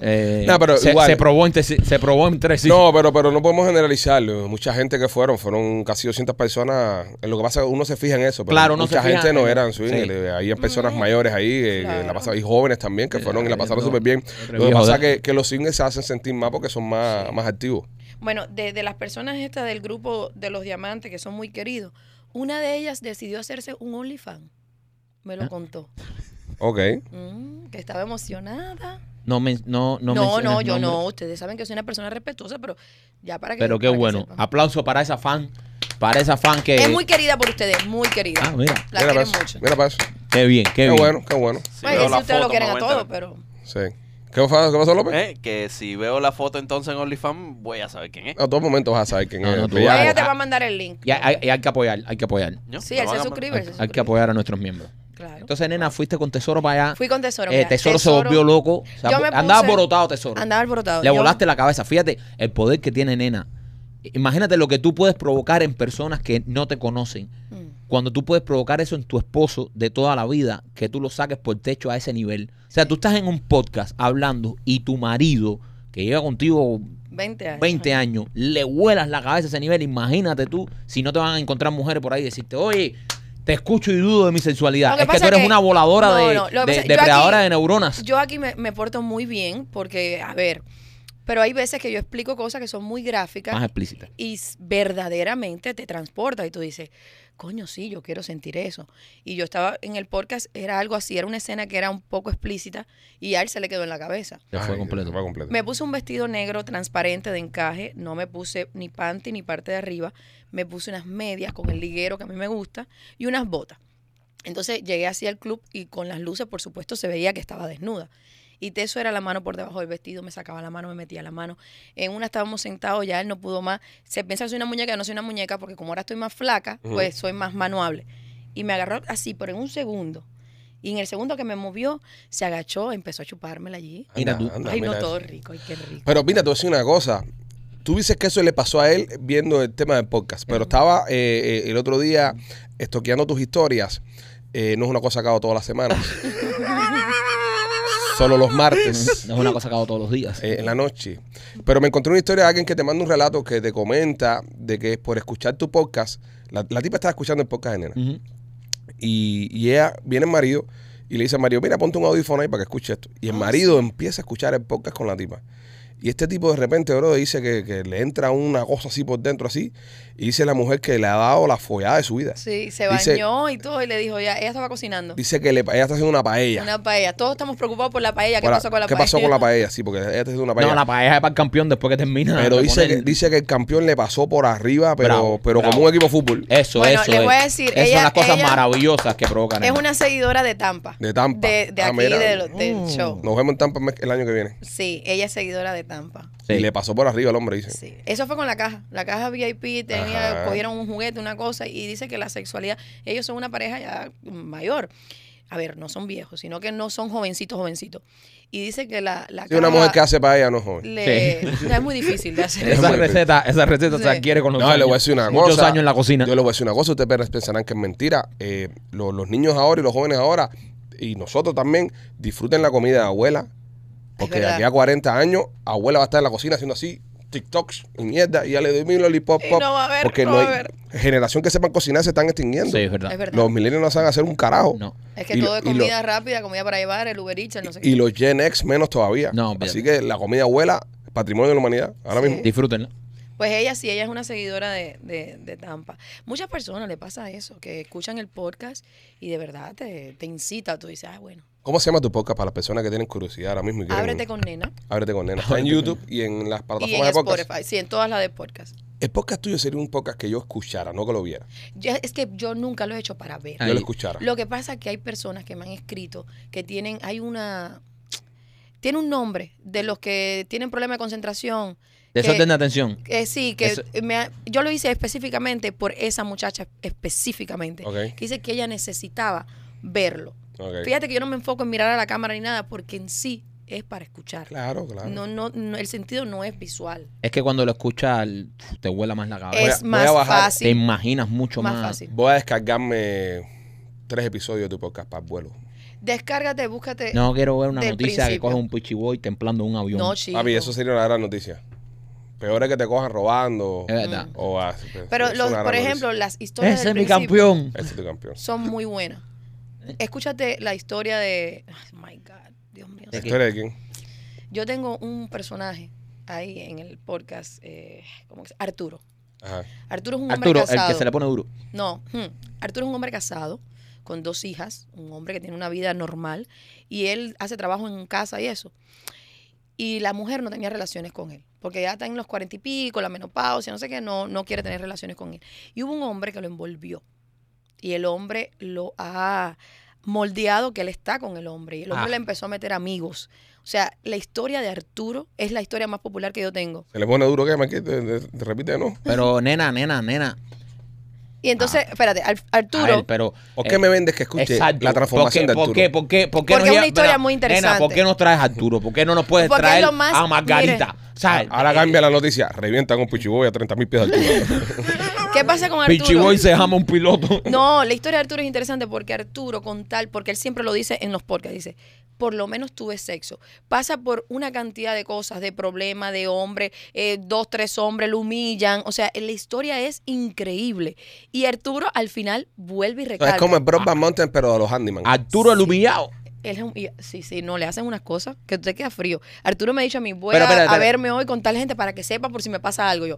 B: Eh,
A: No, pero
B: se,
A: igual.
B: se probó entre sí- se probó entre sí.
A: No, pero, pero no podemos generalizarlo. Mucha gente que fueron, fueron casi 200 personas. Lo que pasa es que uno se fija en eso. Pero
B: Claro, uno se
A: mucha
B: fija
A: gente no
B: en-
A: eran swingers.
B: Sí.
A: Eh, Había personas mayores ahí eh, que la
E: Claro.
A: pasaron, y jóvenes también que fueron y la pasaron
B: otro-
A: súper bien.
B: Eh, otro
A: Lo que
B: viejo
A: pasa
B: de-
A: es que, que los swingers se hacen sentir más porque son más, más activos.
E: Bueno, de, de las personas estas del grupo de los diamantes que son muy queridos, una de ellas decidió hacerse un OnlyFans. Me
A: Ah.
E: lo contó.
A: Ok.
E: Mm, que estaba emocionada.
B: No, me, no, no,
E: No, no,
B: menciones
E: yo
B: nombres.
E: no. Ustedes saben que soy una persona respetuosa, pero ya para que.
B: Pero qué
E: para que
B: bueno. Ah,
E: sepan.
B: Aplauso para esa fan. Para esa fan que.
E: Es muy querida por ustedes, muy querida.
B: Ah, mira.
A: mira
E: La
A: para
E: quieren
A: eso.
E: mucho.
A: Mira para eso.
B: Qué bien, qué,
A: Qué,
B: bien.
A: bueno, qué bueno.
D: Si
E: Bueno,
D: veo
E: y si
D: la
E: ustedes lo
D: foto, me
E: quieren a
D: voy a
E: todos,
D: enterar.
E: pero.
A: Sí. ¿Qué pasó, qué pasó López?
D: Eh, Que si veo la foto entonces en OnlyFans, voy a saber quién es.
A: A todo momento vas a saber quién
B: No,
A: es.
B: no, tú
A: Pero
B: vas
A: ya-
E: Ella
B: a-
E: te va a mandar el link.
B: Y hay, hay- hay que apoyar, hay que apoyar.
D: ¿No?
E: Sí,
D: Me
E: él
D: van
E: se
D: a-
E: suscribe.
B: Hay,
E: él se
B: hay que
E: suscribe.
B: apoyar a nuestros miembros.
E: Claro.
B: Entonces, nena, fuiste con Tesoro para allá.
E: Fui con Tesoro.
B: Eh,
E: mira,
B: tesoro, se volvió loco. O sea,
E: Yo me
B: andaba
E: puse-
B: borotado Tesoro.
E: Andaba alborotado.
B: Le
E: Yo-
B: volaste la cabeza. Fíjate el poder que tiene nena. Imagínate lo que tú puedes provocar en personas que no te conocen.
E: Mm.
B: Cuando tú puedes provocar eso en tu esposo de toda la vida, que tú lo saques por techo a ese nivel. O sea, tú estás en un podcast hablando y tu marido, que lleva contigo
E: 20 años.
B: 20 años, le vuelas la cabeza a ese nivel. Imagínate tú, si no te van a encontrar mujeres por ahí y decirte, oye, te escucho y dudo de mi sexualidad.
E: Lo que
B: Es que
E: pasa
B: tú eres
E: que-
B: una voladora
E: No,
B: de,
E: no, lo que
B: de-
E: pasa-
B: de
E: yo aquí-
B: predadora de neuronas.
E: Yo aquí me, me porto muy bien porque, a ver, pero hay veces que yo explico cosas que son muy gráficas
B: Más explícita.
E: y s- verdaderamente te transporta y tú dices, coño, sí, yo quiero sentir eso. Y yo estaba en el podcast, era algo así, era una escena que era un poco explícita y a él se le quedó en la cabeza.
B: Ya
A: Ay,
B: fue completo.
A: se fue completo.
E: Me puse un vestido negro transparente de encaje, no me puse ni panty ni parte de arriba, me puse unas medias con el liguero que a mí me gusta y unas botas. Entonces llegué así al club y con las luces, por supuesto, se veía que estaba desnuda. Y Teso era la mano por debajo del vestido, me sacaba la mano, me metía la mano. En una estábamos sentados, ya él no pudo más. Se piensa que soy una muñeca, yo no soy una muñeca, porque como ahora estoy más flaca,
A: Ujú.
E: pues soy más manuable. Y me agarró así, pero en un segundo. Y en el segundo que me movió, se agachó, empezó a chupármela allí.
B: Mira
A: Anda,
B: tú.
A: anda,
E: Ay, no,
A: mira eso.
E: todo rico, ay, qué rico.
A: Pero mira, te voy a decir una cosa. Tú dices que eso le pasó a él viendo el tema del podcast, pero estaba eh, eh, el otro día estoqueando tus historias. Eh, no es una cosa que hago todas las semanas. Solo los martes.
B: No es una cosa que hago todos los días.
A: eh, en la noche. Pero me encontré una historia de alguien que te manda un relato que te comenta de que por escuchar tu podcast, la, la tipa estaba escuchando el podcast de nena.
B: Ujú.
A: Y, y ella viene el marido y le dice al marido, mira, ponte un audífono ahí para que escuche esto.
E: Ah,
A: Y el marido empieza a escuchar el podcast con la tipa. Y este tipo de repente, bro, dice que, que le entra una cosa así por dentro, así. Y dice la mujer que le ha dado la follada de su vida.
E: Sí, se
A: Dice-
E: bañó y todo, y le dijo, ya, ella estaba cocinando.
A: Dice que le, ella está haciendo una paella.
E: Una paella. Todos estamos preocupados por la paella. ¿Qué
A: Ahora,
E: pasó con la
A: ¿Qué
E: paella?
A: pasó con la paella? Sí, porque ella está haciendo una paella.
B: No, la pareja es para el campeón después que termina.
A: pero
B: de
A: dice
B: poner-
A: que, dice que el campeón le pasó por arriba, pero,
B: Bravo,
A: pero
B: bravo. Eh.
A: como un equipo de fútbol.
B: Eso,
E: Bueno,
B: eso.
E: le voy
B: es.
E: a decir,
B: Esas
E: ella-
B: son las cosas
E: ella-
B: maravillosas que provocan.
E: Es una seguidora de Tampa.
A: De Tampa.
E: De, de
A: Ah,
E: aquí,
A: mira.
E: de lo- del
C: Mm.
E: show.
A: Nos vemos en Tampa el mes- el año que viene.
E: Sí, ella es seguidora de Tampa.
A: Y le pasó por arriba al hombre, dice.
E: Sí. Eso fue con la caja. La caja VIP tenía,
A: Ajá.
E: cogieron un juguete, una cosa, y dice que la sexualidad, ellos son una pareja ya mayor. A ver, no son viejos, sino que no son jovencitos, jovencitos. Y dice que la, la
A: Sí, una
E: caja
A: mujer que hace paella no es joven.
E: [laughs] le- es muy difícil de hacer.
B: [laughs] Esa
A: muy
B: receta, esa receta
E: Sí.
B: se adquiere con los
A: No,
B: años.
A: le voy a decir una cosa.
B: Muchos años en la cocina.
A: Yo le voy a decir una cosa. Ustedes pensarán que es mentira. Eh, lo- los niños ahora y los jóvenes ahora, y nosotros también, disfruten la comida de abuela. Porque de
E: verdad.
A: aquí a 40 años, abuela va a estar en la cocina haciendo así, TikToks y mierda, y ya le doy mi lollipop.
E: Y
A: pop,
E: no va a haber,
A: porque
E: no
A: no
E: va
A: hay
E: a haber.
A: generación que sepan cocinar se están extinguiendo.
B: Sí, es verdad.
E: Es verdad.
A: Los millennials no saben hacer un carajo.
B: No.
E: Es que
A: Y lo-
E: todo es
A: y lo-
E: comida rápida, comida para llevar, el Uber Eats, el no sé
A: Y
E: qué.
A: los Gen X menos todavía.
B: No, olvídate.
A: Así que la comida abuela, patrimonio de la humanidad, ahora
E: Sí.
A: mismo.
B: Disfrútenla.
E: Pues ella sí, ella es una seguidora de, de- de Tampa. Muchas personas le pasa eso, que escuchan el podcast y de verdad te, te incita. Tú dices, ah, bueno,
A: ¿Cómo se llama tu podcast para las personas que tienen curiosidad ahora mismo? Y quieren-
E: ábrete con nena.
A: Ábrete con nena. Está en YouTube y en las plataformas
E: Y en
A: de podcast.
E: Spotify, sí, en todas las de podcast.
A: El podcast tuyo sería un podcast que yo escuchara, no que lo viera.
E: Yo- es que yo nunca lo he hecho para ver.
A: Yo
B: Ah, Ahí.
A: lo escuchara.
E: Lo que pasa es que hay personas que me han escrito que tienen, hay una, tiene un nombre de los que tienen problema de concentración. que-
B: Desorden de atención.
E: Eh, sí, que
B: Eso-
E: me ha- yo lo hice específicamente por esa muchacha específicamente.
A: Ok.
E: Que dice que ella necesitaba verlo.
A: Ok.
E: Fíjate que yo no me enfoco en mirar a la cámara ni nada porque en sí es para escuchar.
A: Claro, claro.
E: No, no, no, el sentido no es visual.
B: Es que cuando lo escuchas, el- te huela más la cabeza.
E: es
A: voy a
E: más
A: bajar.
E: fácil.
B: Te imaginas mucho más.
E: Más fácil.
A: Voy a descargarme tres episodios de tu podcast para vuelo.
E: Descárgate, búscate.
B: No quiero ver una
E: Del
B: noticia que
E: principio.
B: coge un pichiboy templando un avión.
E: no chico.
A: Papi, eso sería una gran noticia. Peor es que te cojan robando.
B: Es
E: Mm.
B: verdad.
A: O a-
E: Pero,
A: es
E: los-
A: una gran
E: por
A: noticia.
E: ejemplo, las historias
B: Ese
E: del
B: es mi
E: principio Mm,
B: campeón.
A: Ese es tu campeón.
E: son muy buenas. Escúchate la historia de... Oh, my God, Dios mío.
A: ¿La
B: ¿De qué?
A: historia de quién?
E: Yo tengo un personaje ahí en el podcast, eh, ¿cómo que se- Arturo.
A: Ajá.
E: Arturo es un hombre
B: Arturo, el
E: casado.
B: que se le pone duro.
E: No, hmm. Arturo es un hombre casado con dos hijas, un hombre que tiene una vida normal y él hace trabajo en casa y eso. Y la mujer no tenía relaciones con él, porque ya está en los cuarenta y pico, la menopausia, no sé qué, no, no quiere tener relaciones con él. Y hubo un hombre que lo envolvió y el hombre lo ha moldeado que él está con el hombre y el hombre
B: Ah.
E: le empezó a meter amigos. O sea, la historia de Arturo es la historia más popular que yo tengo.
A: ¿Se le pone duro que Marquito? ¿Te, te- te repite, ¿no?
E: [laughs]
B: Pero nena, nena, nena.
E: Y entonces, espérate, Ar- Arturo...
B: A ver, pero.
A: ¿Por
B: eh,
A: qué me vendes que escuche
B: exacto.
A: la transformación de Arturo?
B: ¿Por qué? ¿Por qué? ¿Por qué?
E: Porque es
B: lleva-
E: una historia
B: mira,
E: muy
B: Nena, ¿por
E: interesante.
B: qué nos traes a Arturo? ¿Por qué no nos puedes
E: Porque es
B: traer
E: lo más-
B: a Margarita? ¿Sabes?
A: Ahora
B: eh,
A: cambia la noticia. Revientan un pichiboy a 30 mil pies de altura.
E: ¿Qué pasa con Arturo?
B: Pichiboy se llama un piloto. [laughs]
E: [laughs] No, la historia de Arturo es interesante porque Arturo, con tal, porque él siempre lo dice en los podcasts, dice, por lo menos tuve sexo. Pasa por una cantidad de cosas, de problemas, de hombre, eh, dos, tres hombres lo humillan. O sea, eh, la historia es increíble. Y Arturo al final vuelve y recalca.
A: es como el Broadband Mountain, pero de los handyman.
B: Arturo el humillado.
E: Él es un- y- sí, sí, no, le hacen unas cosas que te queda frío. Arturo me ha dicho a mí, voy
B: Espera,
E: a,
B: espera,
E: a
B: espera.
E: verme hoy con tal gente para que sepa por si me pasa algo. Yo,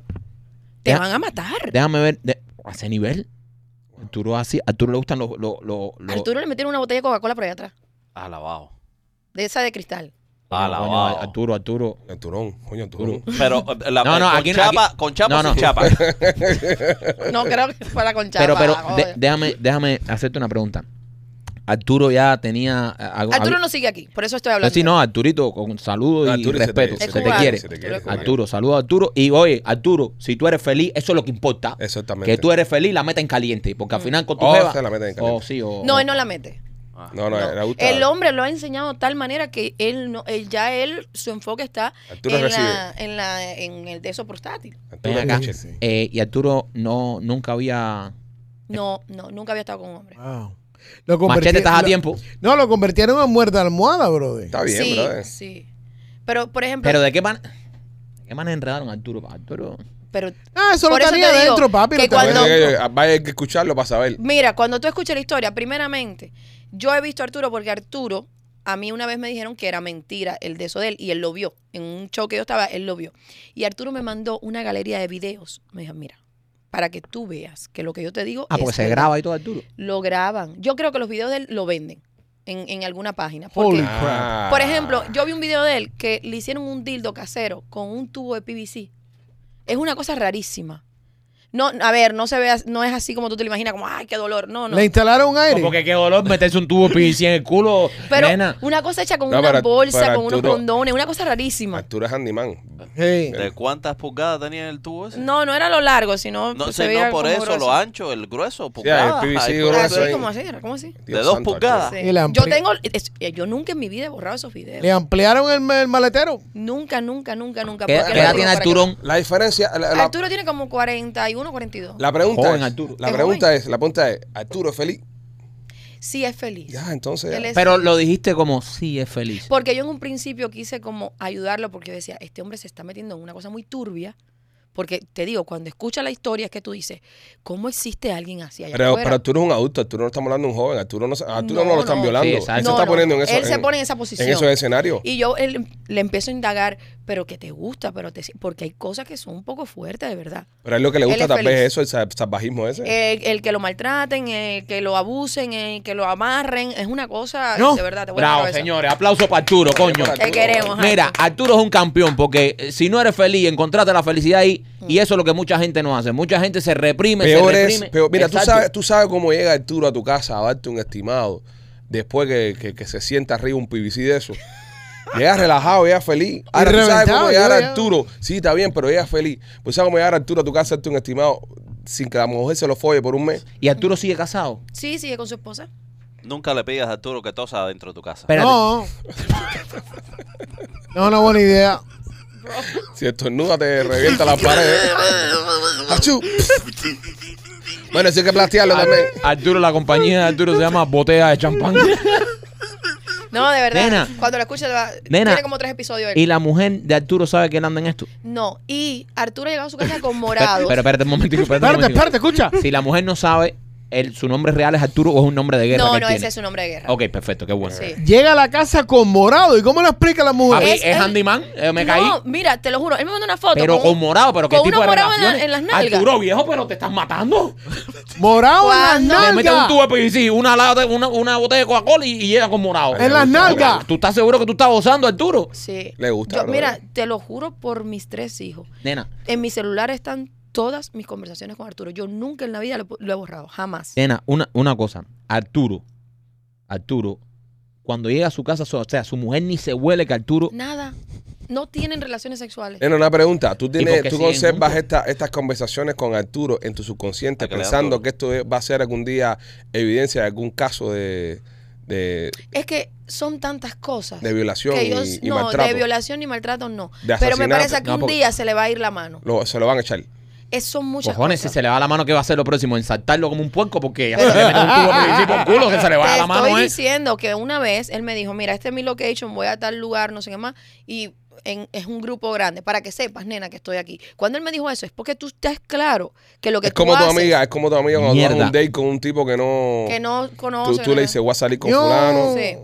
E: te
B: Deja-
E: van a matar.
B: Déjame ver. de- a ese nivel. Arturo así. Arturo le gustan los. los- los- los-
E: Arturo le metieron una botella de Coca-Cola por allá atrás,
D: Alabado.
E: de esa de cristal.
A: Ah,
B: Coño,
D: Alabado.
B: Arturo, Arturo.
A: El turón, coño, el turón.
D: Pero eh, la,
B: No, no,
D: con,
B: aquí no-
D: chapa,
B: aquí-
D: con chapa,
B: no,
D: o sin
B: no. [laughs]
D: chapa.
E: No creo que fuera con chapa.
B: Pero, pero, de-
E: joder.
B: déjame, déjame hacerte una pregunta. Arturo ya tenía. eh, algo-
E: Arturo
B: algo- Pues
E: no sigue aquí, por eso estoy hablando.
B: Sí, no, Arturito, con saludo y
A: Arturo, se te-
B: respeto.
A: se
B: Se,
E: te
B: te
E: quiere,
B: quiere.
E: se te quiere.
B: Arturo, saludo a Arturo. Y oye, Arturo, si tú eres feliz, eso es lo que importa.
A: Exactamente.
B: Que tú eres feliz, la meta en caliente. Porque al final con tu
A: Oh,
B: jeva-
A: se la meten en caliente.
B: Oh, sí, o-
E: Mm. No, él no la mete.
D: Ah.
A: No, no,
E: No.
A: era Gustavo.
E: El hombre lo ha enseñado de tal manera que él no, él- ya él, su enfoque está
A: Arturo
E: en
A: recibe.
E: la, en la, en el de esos portátil.
A: Arturo
B: Ven acá.
A: Recibe.
C: Sí.
B: Eh, y Arturo no, nunca había.
E: No, no, nunca había estado con un hombre.
C: Wow. Lo
B: Machete,
C: convertí-
B: estás a
C: lo-
B: tiempo.
C: No, lo convirtieron en muerta almohada, brother.
A: Está Ah, bien,
E: sí,
A: brother.
E: sí. Pero, por ejemplo,
B: Pero de qué manera. ¿De qué manera enredaron a Arturo? Arturo.
E: pero
C: Ah, eso lo
E: Por eso
C: tenía
E: te digo
C: adentro, papi. no
E: que
C: te-
E: cuando-
A: Bueno, que- que- Vaya a escucharlo para saber.
E: Mira, cuando tú escuchas la historia, primeramente, yo he visto a Arturo porque Arturo, a mí una vez me dijeron que era mentira el de eso de él y él lo vio. En un show que yo estaba, él lo vio. Y Arturo me mandó una galería de videos. Me dijo, mira, para que tú veas que lo que yo te digo
B: Ah,
E: es
B: porque se
E: verdad".
B: graba y todo Arturo.
E: Lo graban. Yo creo que los videos de él lo venden en, en alguna página.
C: Holy
E: Porque,
A: Ah.
E: por ejemplo, yo vi un video de él que le hicieron un dildo casero con un tubo de PVC. Es una cosa rarísima. No, a ver, no se ve, as- no es así como tú te lo imaginas, como, ay, qué dolor. No, no.
C: Le instalaron un aire.
B: Como que qué dolor meterse un tubo PVC en el culo.
E: Pero
B: nena.
E: una cosa hecha con
A: No,
E: una
A: para-
E: bolsa,
A: para
E: con unos
A: Arturo-
E: condones, una cosa rarísima.
A: Arturo es handyman.
C: Sí.
D: ¿De cuántas pulgadas tenía el tubo ese?
E: No, no era lo largo, sino
D: No,
E: se
D: sí,
E: veía
D: no por
E: como
D: eso,
E: grueso.
D: lo ancho, el grueso,
A: el
D: pulgadas.
A: PVC
D: ay,
A: grueso
D: pulgadas.
E: Así,
A: ahí. Ah,
E: ¿Cómo así? era, ¿Cómo así?
A: Dios
D: dos
A: santo,
D: pulgadas.
E: Sí.
C: Y la
E: Yo
C: ampli-
E: tengo, es- eh, yo nunca en mi vida he borrado esos videos.
C: Le ampliaron el, el maletero.
E: Nunca, nunca, nunca, nunca.
B: ¿Qué,
E: porque
B: qué
E: lo
B: edad
E: digo
B: tiene
E: para que-
B: Arturón?
A: Arturo. La diferencia. La, la-
E: Arturo tiene como 41, 42.
A: la pregunta
B: Joven
A: es,
B: Arturo.
A: La
E: Es
A: pregunta es, la pregunta es, Arturo es feliz.
E: Sí, es feliz.
A: Ya, entonces.
E: Él es-
B: Pero lo dijiste como sí es feliz.
E: Porque yo en un principio quise como ayudarlo porque yo decía, este hombre se está metiendo en una cosa muy turbia. Porque te digo, cuando escuchas la historia es que tú dices, ¿cómo existe alguien así allá
A: Pero,
E: afuera?
A: pero Arturo es un adulto, Arturo no estamos hablando de un joven, Arturo no, Arturo no, lo están
E: no.
A: violando.
B: Sí,
A: él se
B: exacto.
E: No,
A: está
E: no.
A: poniendo en eso.
E: Él se
A: en-
E: pone en esa posición.
A: En esos escenarios.
E: Y yo él- le empiezo a indagar, pero que te gusta, pero te, porque hay cosas que son un poco fuertes, de verdad.
A: Pero a él lo que le
E: Él
A: gusta
E: es
A: tal vez
E: feliz. Eh,
A: eso, el sa- salvajismo ese.
E: El, el que lo maltraten, el que lo abusen, el que lo amarren, es una cosa,
B: ¿No?
E: Pues, de verdad, te voy
B: Bravo, señores. Aplauso para Arturo, coño.
A: para
E: Te queremos.
B: Mira,
E: Arturo.
B: Arturo es un campeón porque eh, si no eres feliz, encontraste la felicidad ahí.
E: Mm.
B: Y eso es lo que mucha gente no hace. Mucha gente se reprime,
A: peor
B: se
A: es,
B: reprime.
A: peor- mira, tú
B: Exacto.
A: sabes, tú sabes cómo llega Arturo a tu casa a darte un estimado después que, que- que se sienta arriba un PVC de eso. Llega relajado, llega feliz. Ahora tú sabes
C: reventado,
A: cómo llegar
C: yo
A: a
C: ya-
A: Arturo. Sí, está bien, pero llega feliz. Pues sabes cómo llegar Arturo a tu casa a darte un estimado sin que la mujer se lo folle por un mes.
B: Y Arturo sigue casado.
E: Sí, sigue con su esposa.
D: Nunca le pidas a Arturo que tosa dentro de tu casa.
B: Espérate. [laughs]
C: No. No, una buena idea.
A: Si estornuda te revienta la pared. Achú. Bueno, eso hay que plastearlo también.
B: Arturo, la compañía de Arturo se llama Botea de Champán.
E: No, de verdad.
B: Nena.
E: Cuando la escuchas, va-
B: Nena.
E: tiene como tres episodios. él.
B: Y la mujer de Arturo sabe que él anda en esto.
E: No, y Arturo llegaba a su casa con
B: Pero,
E: morados.
B: pero espérate un
E: [laughs]
B: momentico, espérate, un
C: Espérate,
B: momentico.
C: espérate, escucha.
B: Si la mujer no sabe, él- su nombre real es Arturo o es un nombre de guerra. que
E: no,
B: él
E: no,
B: tiene.
E: ese es su nombre de guerra.
B: Ok, perfecto, qué bueno.
E: Sí.
C: Llega a la casa con morado. ¿Y cómo lo explica la
B: Papi,
C: mujer?
B: es,
E: Es- es-
B: handyman, eh, me caí.
E: No, mira, te lo juro. Él me mandó una foto.
B: Pero con,
E: un-
B: morado, pero qué
E: con
B: tipo
E: uno
B: de
E: morado en la-
B: relaciones?
E: en las nalgas.
B: Arturo viejo, pero te estás matando.
C: Morado en
E: Cuando-
C: las
B: Le
C: nalgas.
B: metes un tubo de PVC, una, lata, una, una botella de Coca-Cola y, y llega con morado.
A: En las
C: nalgas.
B: ¿Tú estás seguro que tú estás gozando, Arturo?
E: Sí.
A: Le gusta,
E: Yo-
A: bro.
E: mira, te lo juro por mis tres hijos.
B: Nena,
E: En mi celular están todas mis conversaciones con Arturo. Yo nunca en la vida lo, he- lo he borrado. Jamás.
B: nena, una, una cosa. Arturo, Arturo, cuando llega a su casa, su- o sea, su mujer ni se huele que Arturo...
E: Nada. No tienen relaciones sexuales.
A: Nena, una pregunta. ¿Tú,
B: por
A: tienes,
B: qué
A: tú
B: siguen
A: conservas
B: juntos?
A: esta- estas conversaciones con Arturo en tu subconsciente
D: Para que le da
A: pensando
D: todo.
A: que esto es- va a ser algún día evidencia de algún caso de, de,
E: Es que son tantas cosas.
A: de violación
E: que
A: y,
E: yo,
A: y
E: no,
A: maltrato?
E: de violación y maltrato no.
A: De
E: Pero me
A: asesinato.
E: parece que
B: No,
E: un
B: porque-
E: día se le va a ir la mano.
A: Lo- se lo van a echar.
E: Es, son muchas
B: Cojones, si
E: cosas.
B: se le va la mano, ¿qué va a hacer lo próximo? ¿Ensartarlo como un puerco? Porque ya se le mete un tubo de PVC por culo, que se le va
E: Te
B: la mano,
E: estoy
B: ¿eh?
E: diciendo que una vez él me dijo, mira, este es mi location, voy a tal lugar, no sé qué más, y en- es un grupo grande, para que sepas, nena, que estoy aquí. Cuando él me dijo eso, es porque tú estás claro que lo que
A: Es
E: tú
A: como tu
E: haces,
A: amiga, es como tu amiga cuando tú vas a
B: Mierda.
A: un date con un tipo que no...
E: que no conoces.
A: tú, tú le dices, voy a salir con
C: Yo-
A: fulano.
E: Sí.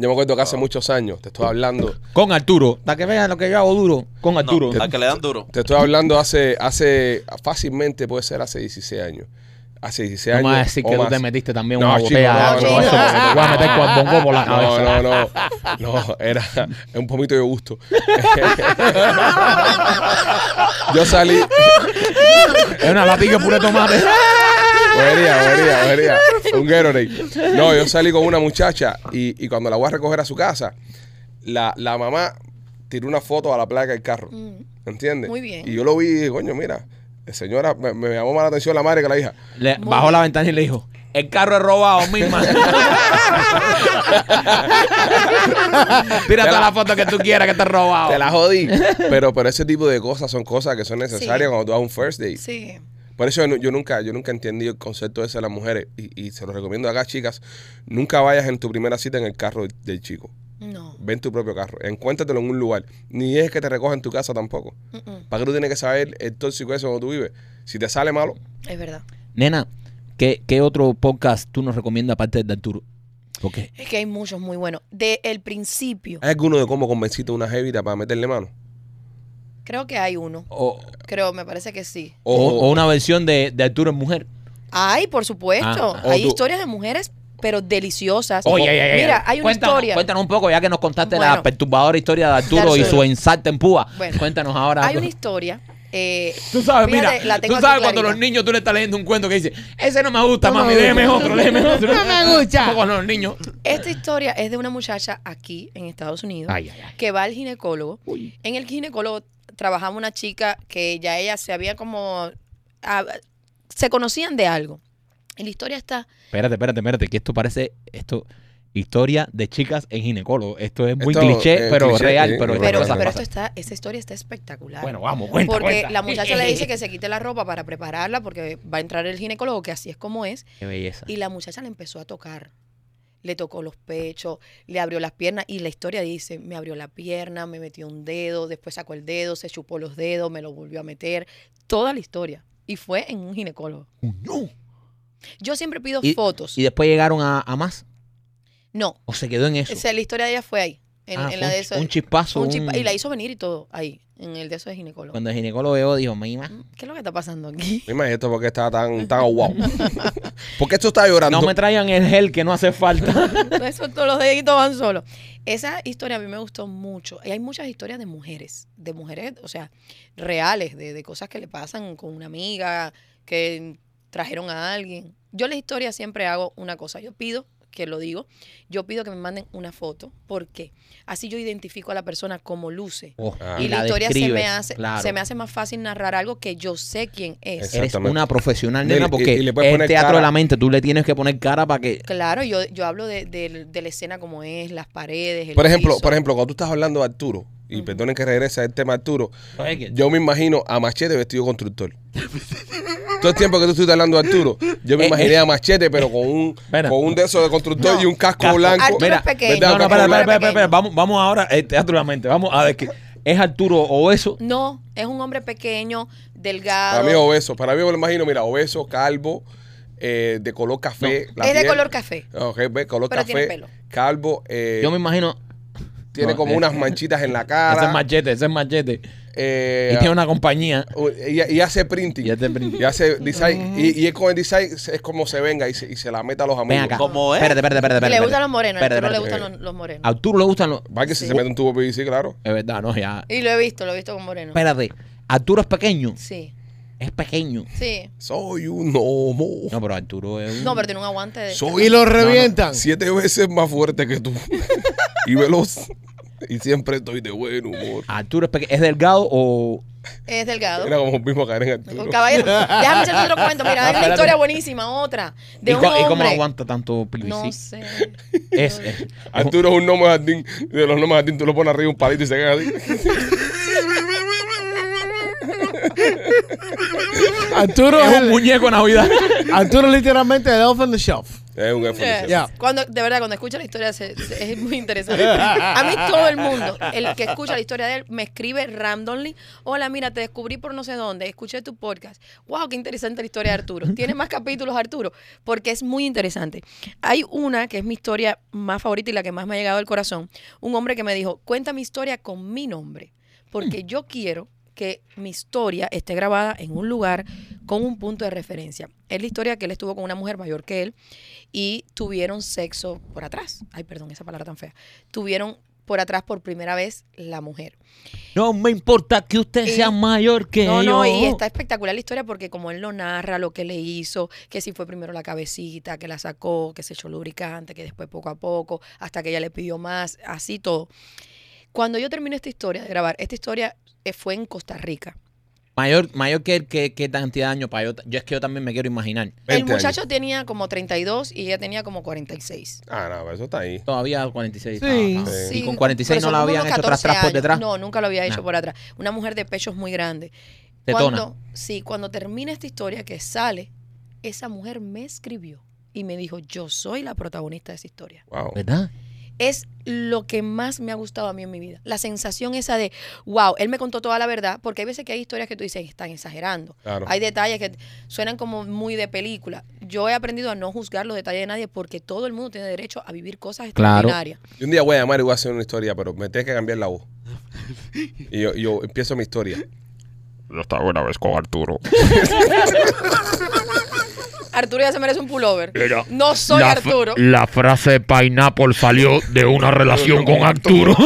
A: Yo me acuerdo que hace muchos años, te estoy hablando,
B: Con Arturo. Para que vean lo que yo hago duro. Con
D: No,
B: Arturo.
D: al que le dan duro.
A: te estoy hablando hace, hace, fácilmente puede ser hace 16 años. Hace 16
B: no me
A: años.
B: vas a decir
A: o
B: que tú
A: más.
B: te metiste también
A: No,
B: una
A: chico,
B: botella.
E: no,
B: de-
E: no,
B: eso,
E: no.
B: porque te voy a meter con el bongo por la cabeza.
A: No, no, no. No, era un poquito de gusto. [laughs] Yo salí.
B: Es una latiga de puré de tomate.
A: Bobería, bobería, bobería. Un Gatorade. No, yo salí con una muchacha y, y cuando la voy a recoger a su casa, la, la mamá tiró una foto a la placa del carro.
E: Mm.
A: ¿Entiendes?
E: Muy bien.
A: Y yo lo vi y dije, coño, mira, señora, me, me llamó más la atención la madre que la hija.
B: Le bajó la ventana y le dijo, el carro es robado, [laughs] misma. Tírate
A: Te la-
B: la foto que tú quieras que te es robado.
A: Te la jodí. Pero, pero ese tipo de cosas son cosas que son necesarias
E: Sí.
A: cuando tú vas a un first date.
E: Sí.
A: Por eso yo, nu- yo nunca yo nunca entendí el concepto ese de las mujeres y, y se lo recomiendo acá, chicas. Nunca vayas en tu primera cita en el carro del, del chico.
E: No.
A: Ven tu propio carro. Encuéntratelo en un lugar. Ni es que te recojan en tu casa tampoco.
E: Mm, mm.
A: ¿Para qué tú tienes que saber el tóxico ese donde tú vives? Si te sale malo,
E: Es verdad.
B: Nena, ¿qué, ¿qué otro podcast tú nos recomiendas aparte de Arturo? ¿Por qué?
E: Es que hay muchos muy buenos. De el principio,
A: ¿hay alguno de cómo convenciste a una jevita para meterle mano?
E: creo que hay uno.
B: O,
E: Creo, me parece que sí.
B: o- o una versión de, de Arturo en mujer.
E: Ay, por supuesto.
B: Ah,
A: ah.
E: hay
A: O tú-
E: historias de mujeres, pero deliciosas.
B: Oye, oye, oye.
E: Mira, hay una
B: cuéntanos,
E: historia.
B: Cuéntanos un poco, ya que nos contaste la
E: Bueno.
B: perturbadora historia de Arturo y
E: Arturo.
B: su ensarte en púa.
E: Bueno.
B: cuéntanos ahora.
E: Hay
B: algo.
E: una historia. eh,
B: Tú sabes,
E: Fíjate,
B: mira,
E: la
B: tú
E: tengo
B: sabes
E: aquí
B: cuando
E: clarita.
B: los niños tú le estás leyendo un cuento que dice, ese no me gusta,
C: No me
B: mami,
C: gusta.
B: déjeme otro, déjeme [laughs] otro.
C: No me gusta.
B: Como con los niños.
E: Esta historia es de una muchacha aquí en Estados Unidos
B: Ay, ay, ay.
E: que va al ginecólogo. En el ginecólogo trabajaba una chica que ya ella se había como... ah, se conocían de algo. Y la historia está...
B: Espérate, espérate, espérate, que esto parece, esto, historia de chicas en ginecólogo. Esto es muy
A: Esto,
B: cliché,
A: eh,
B: pero
A: cliché,
B: real,
A: sí,
B: pero,
A: es
B: estas
E: Pero,
A: verdad,
B: cosas
E: pero esto
B: pasan.
E: está, esta historia está espectacular.
B: Bueno, vamos, cuenta,
E: porque
B: cuenta.
E: la
B: [laughs]
E: muchacha le dice que se quite la ropa para prepararla porque va a entrar el ginecólogo, que así es como es.
B: Qué belleza.
E: Y la muchacha le empezó a tocar. Le tocó los pechos, le abrió las piernas y la historia dice, me abrió la pierna, me metió un dedo, después sacó el dedo, se chupó los dedos, me lo volvió a meter. Toda la historia. Y fue en un ginecólogo.
B: Coño.
E: Yo siempre pido
B: Y-
E: fotos.
B: Y después llegaron a, a más,
E: no,
B: o se quedó en eso.
E: esa, la historia de ella fue ahí. En,
B: Ah, fue
E: en la
B: un
E: de
B: chi-
E: eso,
B: un chispazo.
E: un chispa-
B: un-
E: Y la hizo venir y todo ahí, en el de eso de ginecólogo.
B: Cuando el ginecólogo veo, dijo, mima.
E: Mm, ¿Qué es lo que está pasando aquí? [laughs]
A: Dime esto porque está tan, tan [laughs] guau. porque esto está llorando.
B: No me traigan el gel que no
A: [laughs]
B: hace falta.
E: Eso todos los deditos van solos. Esa historia a mí me gustó mucho. Y hay muchas historias de mujeres, de mujeres, o sea, reales, de, de cosas que le pasan con una amiga, que trajeron a alguien. Yo en la historia siempre hago una cosa. Yo pido, que lo digo, yo pido que me manden una foto. ¿Por qué? Así yo identifico a la persona como luce.
B: Oh,
A: Ah.
E: Y la, historia se me,
B: describes,
E: hace,
B: claro.
E: se me hace más fácil narrar algo que yo sé quién es.
A: Exacto.
B: Eres una profesional,
A: Mira,
B: nena,
A: y-
B: porque
A: y le puedes
B: es
A: poner
B: teatro de
A: cara.
B: la mente. Tú le tienes que poner cara para que...
E: Claro, yo, yo hablo de, de- de la escena como es, las paredes, el
A: Por ejemplo,
E: piso.
A: por ejemplo, cuando tú estás hablando de Arturo, y perdonen que regrese al tema de Arturo,
B: Oye, que-
A: yo me imagino a Machete vestido de constructor. todo el tiempo que tú estuviste hablando de Arturo, yo me
B: Eh,
A: imaginé
B: eh.
A: a Machete, pero con un,
B: Mira.
A: con un de esos de constructor
B: No.
A: y un casco,
B: Casco.
A: blanco.
E: Arturo
B: Mira,
E: es pequeño.
A: ¿verdad?
B: No, no,
A: Porque
B: espera,
A: hablar-
B: espera, espera,
E: Pequeño.
B: espera. Vamos, vamos ahora, eh, teatralmente, vamos a ver que es Arturo o eso.
E: No, es un hombre pequeño, delgado.
A: Para mí obeso, para mí me lo imagino, mira, obeso, calvo, eh, de color café. la
E: es de
A: piel.
E: color café.
A: Ok, ve, color
E: Pero
A: café,
E: tiene pelo.
A: calvo, eh,
B: Yo me imagino.
A: tiene
B: No,
A: como
B: eh,
A: unas manchitas en la cara.
B: Ese es machete, ese es machete.
A: eh,
B: Y tiene una compañía.
A: o- y, y hace printing.
B: Y hace printing.
A: Y hace design. y, y es con el design, es como se venga y se, y se la meta a los amigos.
B: Ven acá.
D: ¿Cómo es?
B: Espérate, espérate, espérate.
E: Y
B: espérate,
E: le gustan
B: espérate.
E: los morenos.
B: Espérate,
E: Arturo le
B: espérate.
E: gustan los, los morenos.
B: A Arturo le gustan los.
A: Va que si se mete un tubo PVC, claro.
B: Es verdad, no, ya.
E: Y lo he visto, lo he visto con morenos.
B: Espérate. Arturo es pequeño.
E: Sí,
B: Es pequeño.
E: sí.
A: Soy un homo.
B: No, pero Arturo es un.
E: No, pero tiene un aguante de...
A: Soy
C: Y lo revientan.
A: siete veces más fuerte que tú. y veloz. Y siempre estoy de buen humor.
B: Arturo es pequeño. ¿Es delgado o.?
E: Es delgado.
A: Era como mismo caer en
E: Un
A: Arturo.
B: [laughs]
E: caballero. Déjame hacer otro cuento. Mira, hay una
B: Espérate.
E: historia buenísima, otra. De
B: ¿Y,
E: un
B: co- y
E: hombre.
B: cómo aguanta tanto PVC?
E: No sé.
B: Es, es-
A: Arturo es un gnomo de jardín. De los gnomos de jardín, tú lo pones arriba de un palito y se cae así.
C: Arturo,
B: es [laughs]
C: es
B: un
C: el-
B: muñeco de Navidad.
C: Arturo literalmente es el elf on the shelf.
A: Es un elfo.
E: Yeah.
C: Ya.
E: Eh, Cuando, de verdad, cuando escucha la historia se- se- es muy interesante. A mí todo el mundo, el que escucha la historia de él, me escribe randomly, hola, mira, te descubrí por no sé dónde, escuché tu podcast. Wow, qué interesante la historia de Arturo. Tiene más capítulos, Arturo, porque es muy interesante. Hay una que es mi historia más favorita y la que más me ha llegado al corazón. Un hombre que me dijo, cuenta mi historia con mi nombre, porque yo quiero que mi historia esté grabada en un lugar con un punto de referencia. Es la historia que él estuvo con una mujer mayor que él y tuvieron sexo por atrás. Ay, perdón, esa palabra tan fea. Tuvieron por atrás por primera vez la mujer.
B: No me importa que usted
E: Y-
B: sea mayor que
E: No,
B: yo.
E: no, y está espectacular la historia porque como él lo narra, lo que le hizo, que si fue primero la cabecita, que la sacó, que se echó lubricante, que después poco a poco, hasta que ella le pidió más, así todo. Cuando yo terminé esta historia de grabar, esta historia eh, fue en Costa Rica.
B: Mayor, mayor que, que, que cantidad de años para yo. Yo es que yo también me quiero imaginar.
E: El
A: 20 años.
E: muchacho tenía como 32 y ella tenía como 46.
A: Ah, no, pero eso está ahí.
B: Todavía 46.
C: Sí.
B: estaba-
A: Sí.
B: Y con 46
E: pero
B: no la
E: son como
B: habían
E: unos
B: hecho tras
E: 14
B: tras por
E: años.
B: detrás.
E: No, nunca lo había hecho
B: Nah.
E: por atrás. Una mujer de pechos muy grandes.
B: Tetona.
E: Cuando, sí, cuando termina esta historia que sale, esa mujer me escribió y me dijo, yo soy la protagonista de esa historia.
A: Wow.
B: ¿Verdad?
E: Es lo que más me ha gustado a mí en mi vida. La sensación esa de, wow, él me contó toda la verdad, porque hay veces que hay historias que tú dices, están exagerando.
A: Claro.
E: Hay detalles que suenan como muy de película. Yo he aprendido a no juzgar los detalles de nadie porque todo el mundo tiene derecho a vivir cosas
B: Claro.
E: extraordinarias.
A: Y un día voy a llamar y voy a hacer una historia, pero me tienes que cambiar la voz. Y yo, y yo empiezo mi historia.
F: Yo estaba una vez con Arturo.
E: Arturo ya se merece un pullover.
F: Mira,
E: no soy
F: la, fr-
E: Arturo.
F: La frase pineapple salió de una relación con Arturo.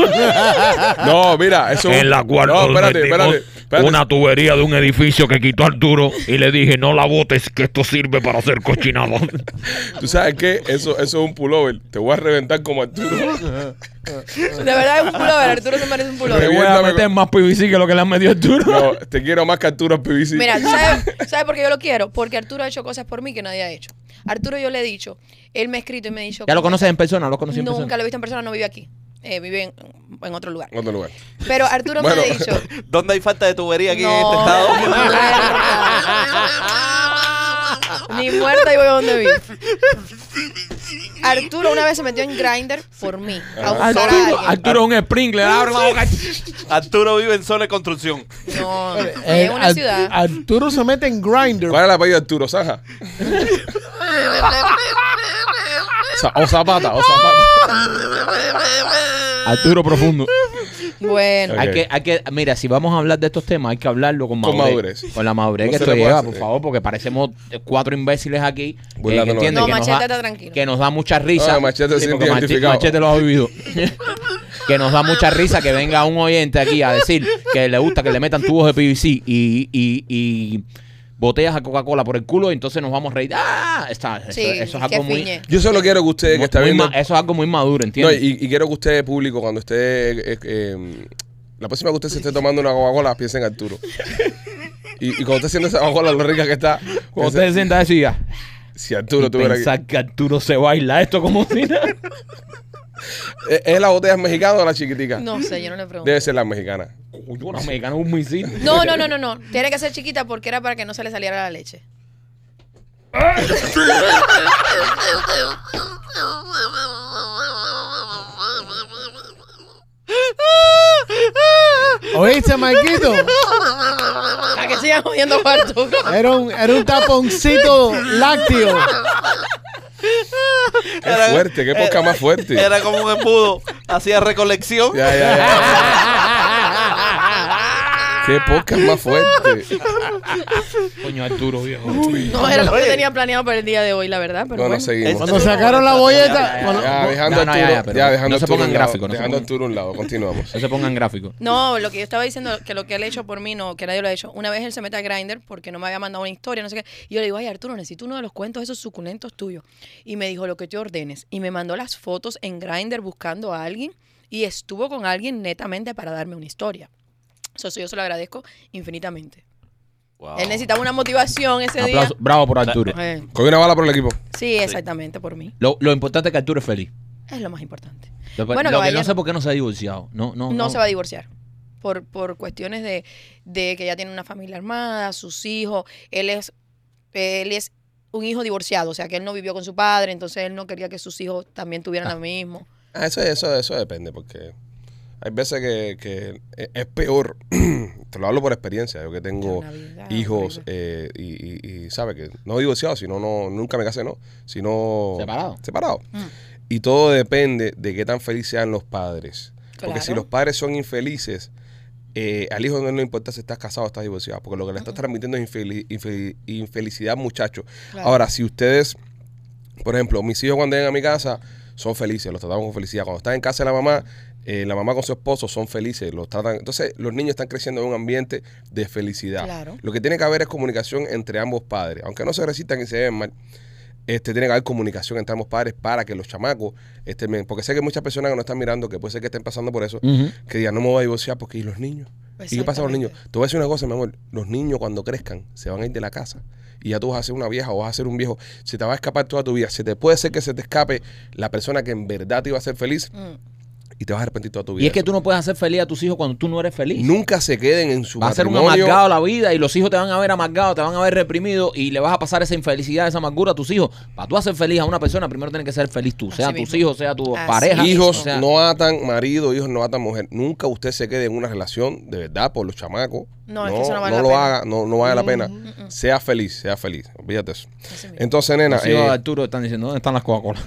A: No, mira, eso.
F: en la cual
A: No,
F: nos
A: espérate,
F: metimos
A: espérate. espérate.
F: una tubería de un edificio que quitó Arturo y le dije, no la botes, que esto sirve para hacer cochinadas.
A: ¿Tú sabes qué? Eso, eso es un pullover. Te voy a reventar como Arturo.
E: De verdad es un pullover. Arturo se merece un
B: Te
E: pullover.
B: voy a
A: Reviéntame
B: meter más PVC que lo que le han metido a Arturo.
A: No, te quiero más que Arturo al PVC.
E: Mira, ¿tú ¿sabes, ¿sabes por qué yo lo quiero? Porque Arturo ha hecho cosas por mí que nadie ha hecho. Arturo yo le he dicho, él me ha escrito y me ha dicho...
B: ¿Ya lo conoces en persona? ¿Lo conocí en persona?
E: Nunca lo he visto en persona, no vive aquí. Eh, vive en, en otro lugar.
A: En otro lugar.
E: Pero Arturo
A: Bueno.
E: me ha dicho...
D: ¿Dónde hay falta de tubería aquí en este
E: No,
B: [laughs]
E: ni
D: estado?
E: muerta. Ni muerta y voy a donde vive. Arturo una vez se metió en Grinder por mí.
B: Ah.
E: A buscar a
B: Arturo,
E: alguien.
B: Arturo es un sprinkler. Abre la boca.
D: [laughs] Arturo vive en zona de construcción.
E: No,
C: Eh,
E: es una
C: Ar-
E: ciudad.
C: Arturo se mete en Grindr.
A: ¿Cuál es el apellido de Arturo? ¿Saja? Sa- O Zapata, o Zapata. [laughs]
B: Arturo profundo.
E: Bueno,
A: Ok.
B: Hay que, hay que, mira, si vamos a hablar de estos temas, hay que hablarlo con
A: Con
B: madurez.
A: madurez.
B: Con la madurez
A: No
B: que
A: se
B: esto
A: le puede
B: lleva,
A: hacer,
B: por
A: sí.
B: favor, porque parecemos cuatro imbéciles aquí. eh, que
A: Burlándonos.
B: entienden
E: No,
B: que nos
E: Machete
B: da-
E: está tranquilo.
B: Que nos da mucha risa.
A: No, Ah, Machete se siente
B: porque Machi-
A: identificado.
B: Machete lo ha vivido. [laughs] que nos da mucha risa que venga un oyente aquí a decir que le gusta que le metan tubos de PVC y, y, y botellas a Coca-Cola por el culo y entonces nos vamos a reír. ¡Ah! Está, eso,
E: sí,
B: eso es
E: que
B: algo muy...
E: fiñe.
A: Yo solo quiero que ustedes que
B: muy-
A: están
B: muy
A: viendo.
B: ma- eso es algo muy maduro,
A: No,
B: ¿entiendes?
A: y, y quiero que usted, público, cuando usted. eh, eh, la próxima vez que usted se esté tomando una Coca-Cola, piense en Arturo. Y, y cuando usted siente esa Coca-Cola, lo rica que está.
B: Cuando
A: piense-
B: usted se sienta así, ya.
A: si Arturo
B: Y
A: tuviera aquí.
B: pensar que Arturo se baila esto como si nada. [laughs]
A: ¿Es, es la botella mexicana o la chiquitica?
E: No sé, yo no le pregunto.
A: Debe ser la mexicana.
B: Coño, una mexicana es un misil. [laughs]
E: No, no, no, no, no. Tiene que ser chiquita porque era para que no se le saliera la leche.
C: ¿Oíste, Maikito?
E: Para que sigan jodiendo con Arturo.
C: Era un, era un taponcito lácteo.
A: Qué fuerte, qué poca más fuerte.
D: Era como un embudo. Hacía recolección.
A: Ya, ya, ya. Qué poca más fuerte.
F: Coño, Arturo, viejo.
E: No era lo que
D: Oye.
E: tenía planeado para el día de hoy, la verdad. Pero
A: No, no
E: bueno.
A: seguimos.
C: Cuando sacaron la bolleta.
A: Ya,
C: cuando-
A: dejando
B: No,
A: a
B: no, ya,
A: Arturo,
B: ya, pero
A: ya, dejando
B: no
A: a
B: se
A: Arturo
B: pongan
A: a un lado,
B: gráficos, no se
A: dejando a
B: pongan-
A: Arturo a un lado, continuamos.
B: No se pongan gráficos.
E: No, lo que yo estaba diciendo, que lo que él ha hecho por mí, no, que nadie lo ha hecho. Una vez él se mete a Grinder porque no me había mandado una historia, no sé qué. Y yo le digo, ay, Arturo, necesito uno de los cuentos esos suculentos tuyos. Y me dijo, lo que te ordenes. Y me mandó las fotos en Grinder buscando a alguien y estuvo con alguien netamente para darme una historia. Eso, eso yo se lo agradezco infinitamente.
D: Wow.
E: Él necesitaba una motivación ese
B: Aplauso. Bravo por Arturo.
E: día. Eh,
A: Coge una bala por el equipo.
E: sí, exactamente, por mí.
B: Lo, lo importante es que Arturo es feliz.
E: Es lo más importante.
B: Lo,
E: Bueno,
B: lo que
E: caballero.
B: no sé por qué no se ha divorciado. No, no,
E: no, se va a divorciar. Por, por cuestiones de, de que ya tiene una familia armada, sus hijos. Él es, él es un hijo divorciado, o sea que él no vivió con su padre, entonces él no quería que sus hijos también tuvieran lo mismo.
A: Ah, eso, eso, eso depende, porque hay veces que, que es- es peor. [clears throat] Te lo hablo por experiencia. Yo que tengo
E: Una vida
A: hijos
E: horrible.
A: eh, y, y, y, ¿sabes? Que no divorciados, sino no, nunca me casé, no. Sino.
B: Separado.
A: Separado.
E: Mm.
A: Y todo depende de qué tan feliz sean los padres. eh, Porque
E: Claro.
A: si los padres son infelices, eh, al hijo no le importa si estás casado o estás divorciado, porque lo que le
E: Mm.
A: estás transmitiendo es infeli- infeli- infelicidad, muchacho.
E: Claro.
A: Ahora, si ustedes, por ejemplo, mis hijos cuando llegan a mi casa son felices, los tratamos con felicidad. Cuando están en casa de la mamá, eh, la mamá con su esposo son felices, los tratan. Entonces, los niños están creciendo en un ambiente de felicidad.
E: Claro.
A: Lo que tiene que haber es comunicación entre ambos padres, aunque no se resistan y se den mal este, tiene que haber comunicación entre ambos padres para que los chamacos estén bien. Porque sé que hay muchas personas que no están mirando, que puede ser que estén pasando por eso,
B: Ujú.
A: que digan, no me voy a divorciar porque ¿y los niños? ¿Y qué pasa con los niños? Te voy a decir una cosa, mi amor. Los niños cuando crezcan se van a ir de la casa. Y ya tú vas a ser una vieja o vas a ser un viejo. Se te va a escapar toda tu vida. Se te puede ser que se te escape la persona que en verdad te iba a hacer feliz
E: Mm.
A: y te vas a arrepentir toda tu vida.
B: Y es que
A: de
B: tú no puedes hacer feliz a tus hijos cuando tú no eres
A: eso.
B: feliz.
A: Nunca se queden en su
B: Va a ser un
A: matrimonio.
B: amargado la vida y los hijos te van a ver amargado, te van a ver reprimido y le vas a pasar esa infelicidad, esa amargura a tus hijos. Para tú hacer feliz a una persona, primero tienes que ser feliz tú, sea
E: Así
B: tus
E: mismo.
B: hijos, sea tu
E: Así
B: pareja.
E: mismo.
A: Hijos
B: o sea,
A: no atan marido, hijos no atan mujer. Nunca usted se quede en una relación de verdad por los chamacos.
E: No, es que eso no vale la
A: lo
E: pena.
A: haga, no, no vale la pena.
E: Mm-mm.
A: Sea feliz, sea feliz. Olvídate eso.
E: Así mismo.
A: Entonces, nena,
B: Los hijos de
A: eh,
B: Arturo están diciendo, ¿dónde están las Coca-Cola?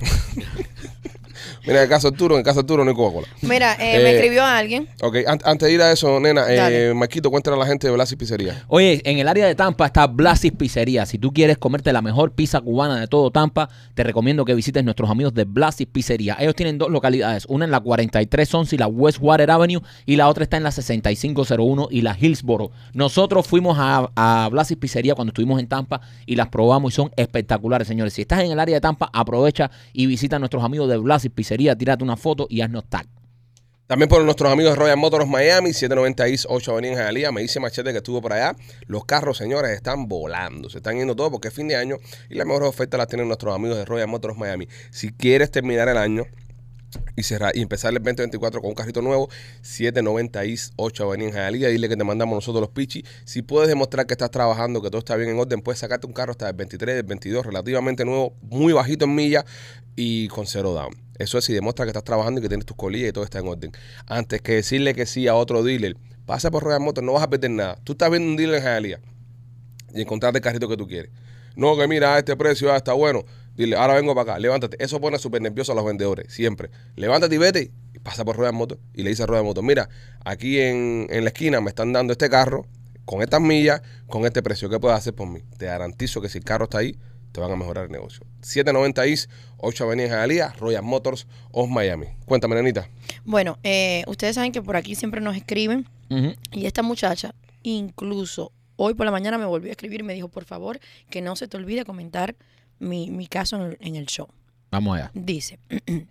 A: mira, en el caso de Arturo, en el caso de Arturo no hay Coca-Cola.
E: Mira, eh, me
A: Eh,
E: escribió alguien.
A: Ok, an- antes de ir a eso, nena, eh,
E: Dale.
A: Marquito, cuéntale a la gente de Blas y Pizzería.
B: Oye, en el área de Tampa está Blasis Pizzería. Si tú quieres comerte la mejor pizza cubana de todo Tampa, te recomiendo que visites nuestros amigos de Blasis Pizzería. Ellos tienen dos localidades, una en la 4311 y la Westwater Avenue y la otra está en la 6501 y la Hillsboro. Nosotros fuimos a, a Blasis Pizzería cuando estuvimos en Tampa y las probamos y son espectaculares, señores. Si estás en el área de Tampa, aprovecha y visita a nuestros amigos de Blasis Pizzería, tírate una foto y haznos tag.
A: También por nuestros amigos de Royal Motors Miami, 790 East 8 Avenida en Jalía. Me dice Machete que estuvo por allá. Los carros, señores, están volando. Se están yendo todos porque es fin de año y las mejores ofertas las tienen nuestros amigos de Royal Motors Miami. Si quieres terminar el año y, cerrar, y empezar el 2024 con un carrito nuevo, 790 East 8 Avenida en Jalía. Dile que te mandamos nosotros los pichis. Si puedes demostrar que estás trabajando, que todo está bien en orden, puedes sacarte un carro hasta el 23, el 22, relativamente nuevo, muy bajito en millas y con cero down. Eso es si demuestra que estás trabajando y que tienes tus colillas y todo está en orden. Antes que decirle que sí a otro dealer, pasa por Royal Motors, no vas a perder nada. Tú estás viendo un dealer en Jalía y encontrarte el carrito que tú quieres. No, que mira, a este precio ah, está bueno. Dile, ahora vengo para acá, levántate. Eso pone súper nervioso a los vendedores, siempre. Levántate y vete. Y pasa por Rueda Motor y le dice a Rueda Motor, mira, aquí en, en la esquina me están dando este carro con estas millas, con este precio. ¿Qué puedes hacer por mí? Te garantizo que si el carro está ahí, te van a mejorar el negocio. 790 East, 8 Avenida en Jalía, Royal Motors of Miami. Cuéntame, nenita.
E: Bueno, eh, ustedes saben que por aquí siempre nos escriben.
B: Ujú.
E: Y esta muchacha, incluso hoy por la mañana me volvió a escribir y me dijo, por favor, que no se te olvide comentar mi, mi caso en el- en el show.
B: Vamos allá.
E: Dice, [clears throat]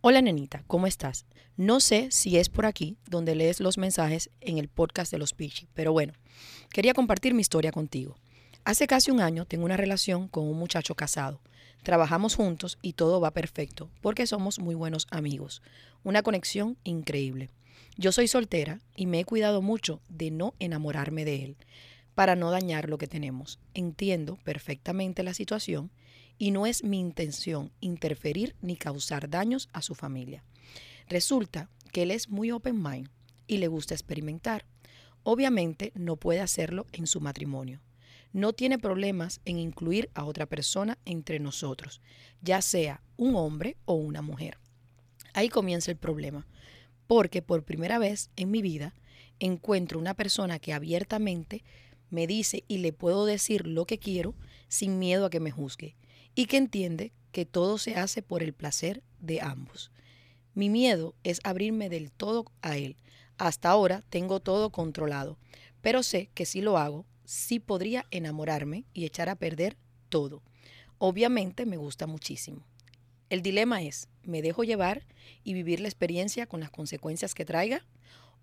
E: hola nenita, ¿cómo estás? No sé si es por aquí donde lees los mensajes en el podcast de los Pichi, pero bueno, quería compartir mi historia contigo. Hace casi un año tengo una relación con un muchacho casado. Trabajamos juntos y todo va perfecto porque somos muy buenos amigos. Una conexión increíble. Yo soy soltera y me he cuidado mucho de no enamorarme de él. para no dañar lo que tenemos. Entiendo perfectamente la situación y no es mi intención interferir ni causar daños a su familia. Resulta que él es muy open mind y le gusta experimentar. Obviamente no puede hacerlo en su matrimonio. No tiene problemas en incluir a otra persona entre nosotros, ya sea un hombre o una mujer. Ahí comienza el problema, porque por primera vez en mi vida encuentro una persona que abiertamente me dice y le puedo decir lo que quiero sin miedo a que me juzgue y que entiende que todo se hace por el placer de ambos. Mi miedo es abrirme del todo a él. Hasta ahora tengo todo controlado, pero sé que si lo hago, sí podría enamorarme y echar a perder todo. Obviamente me gusta muchísimo. El dilema es, ¿me dejo llevar y vivir la experiencia con las consecuencias que traiga?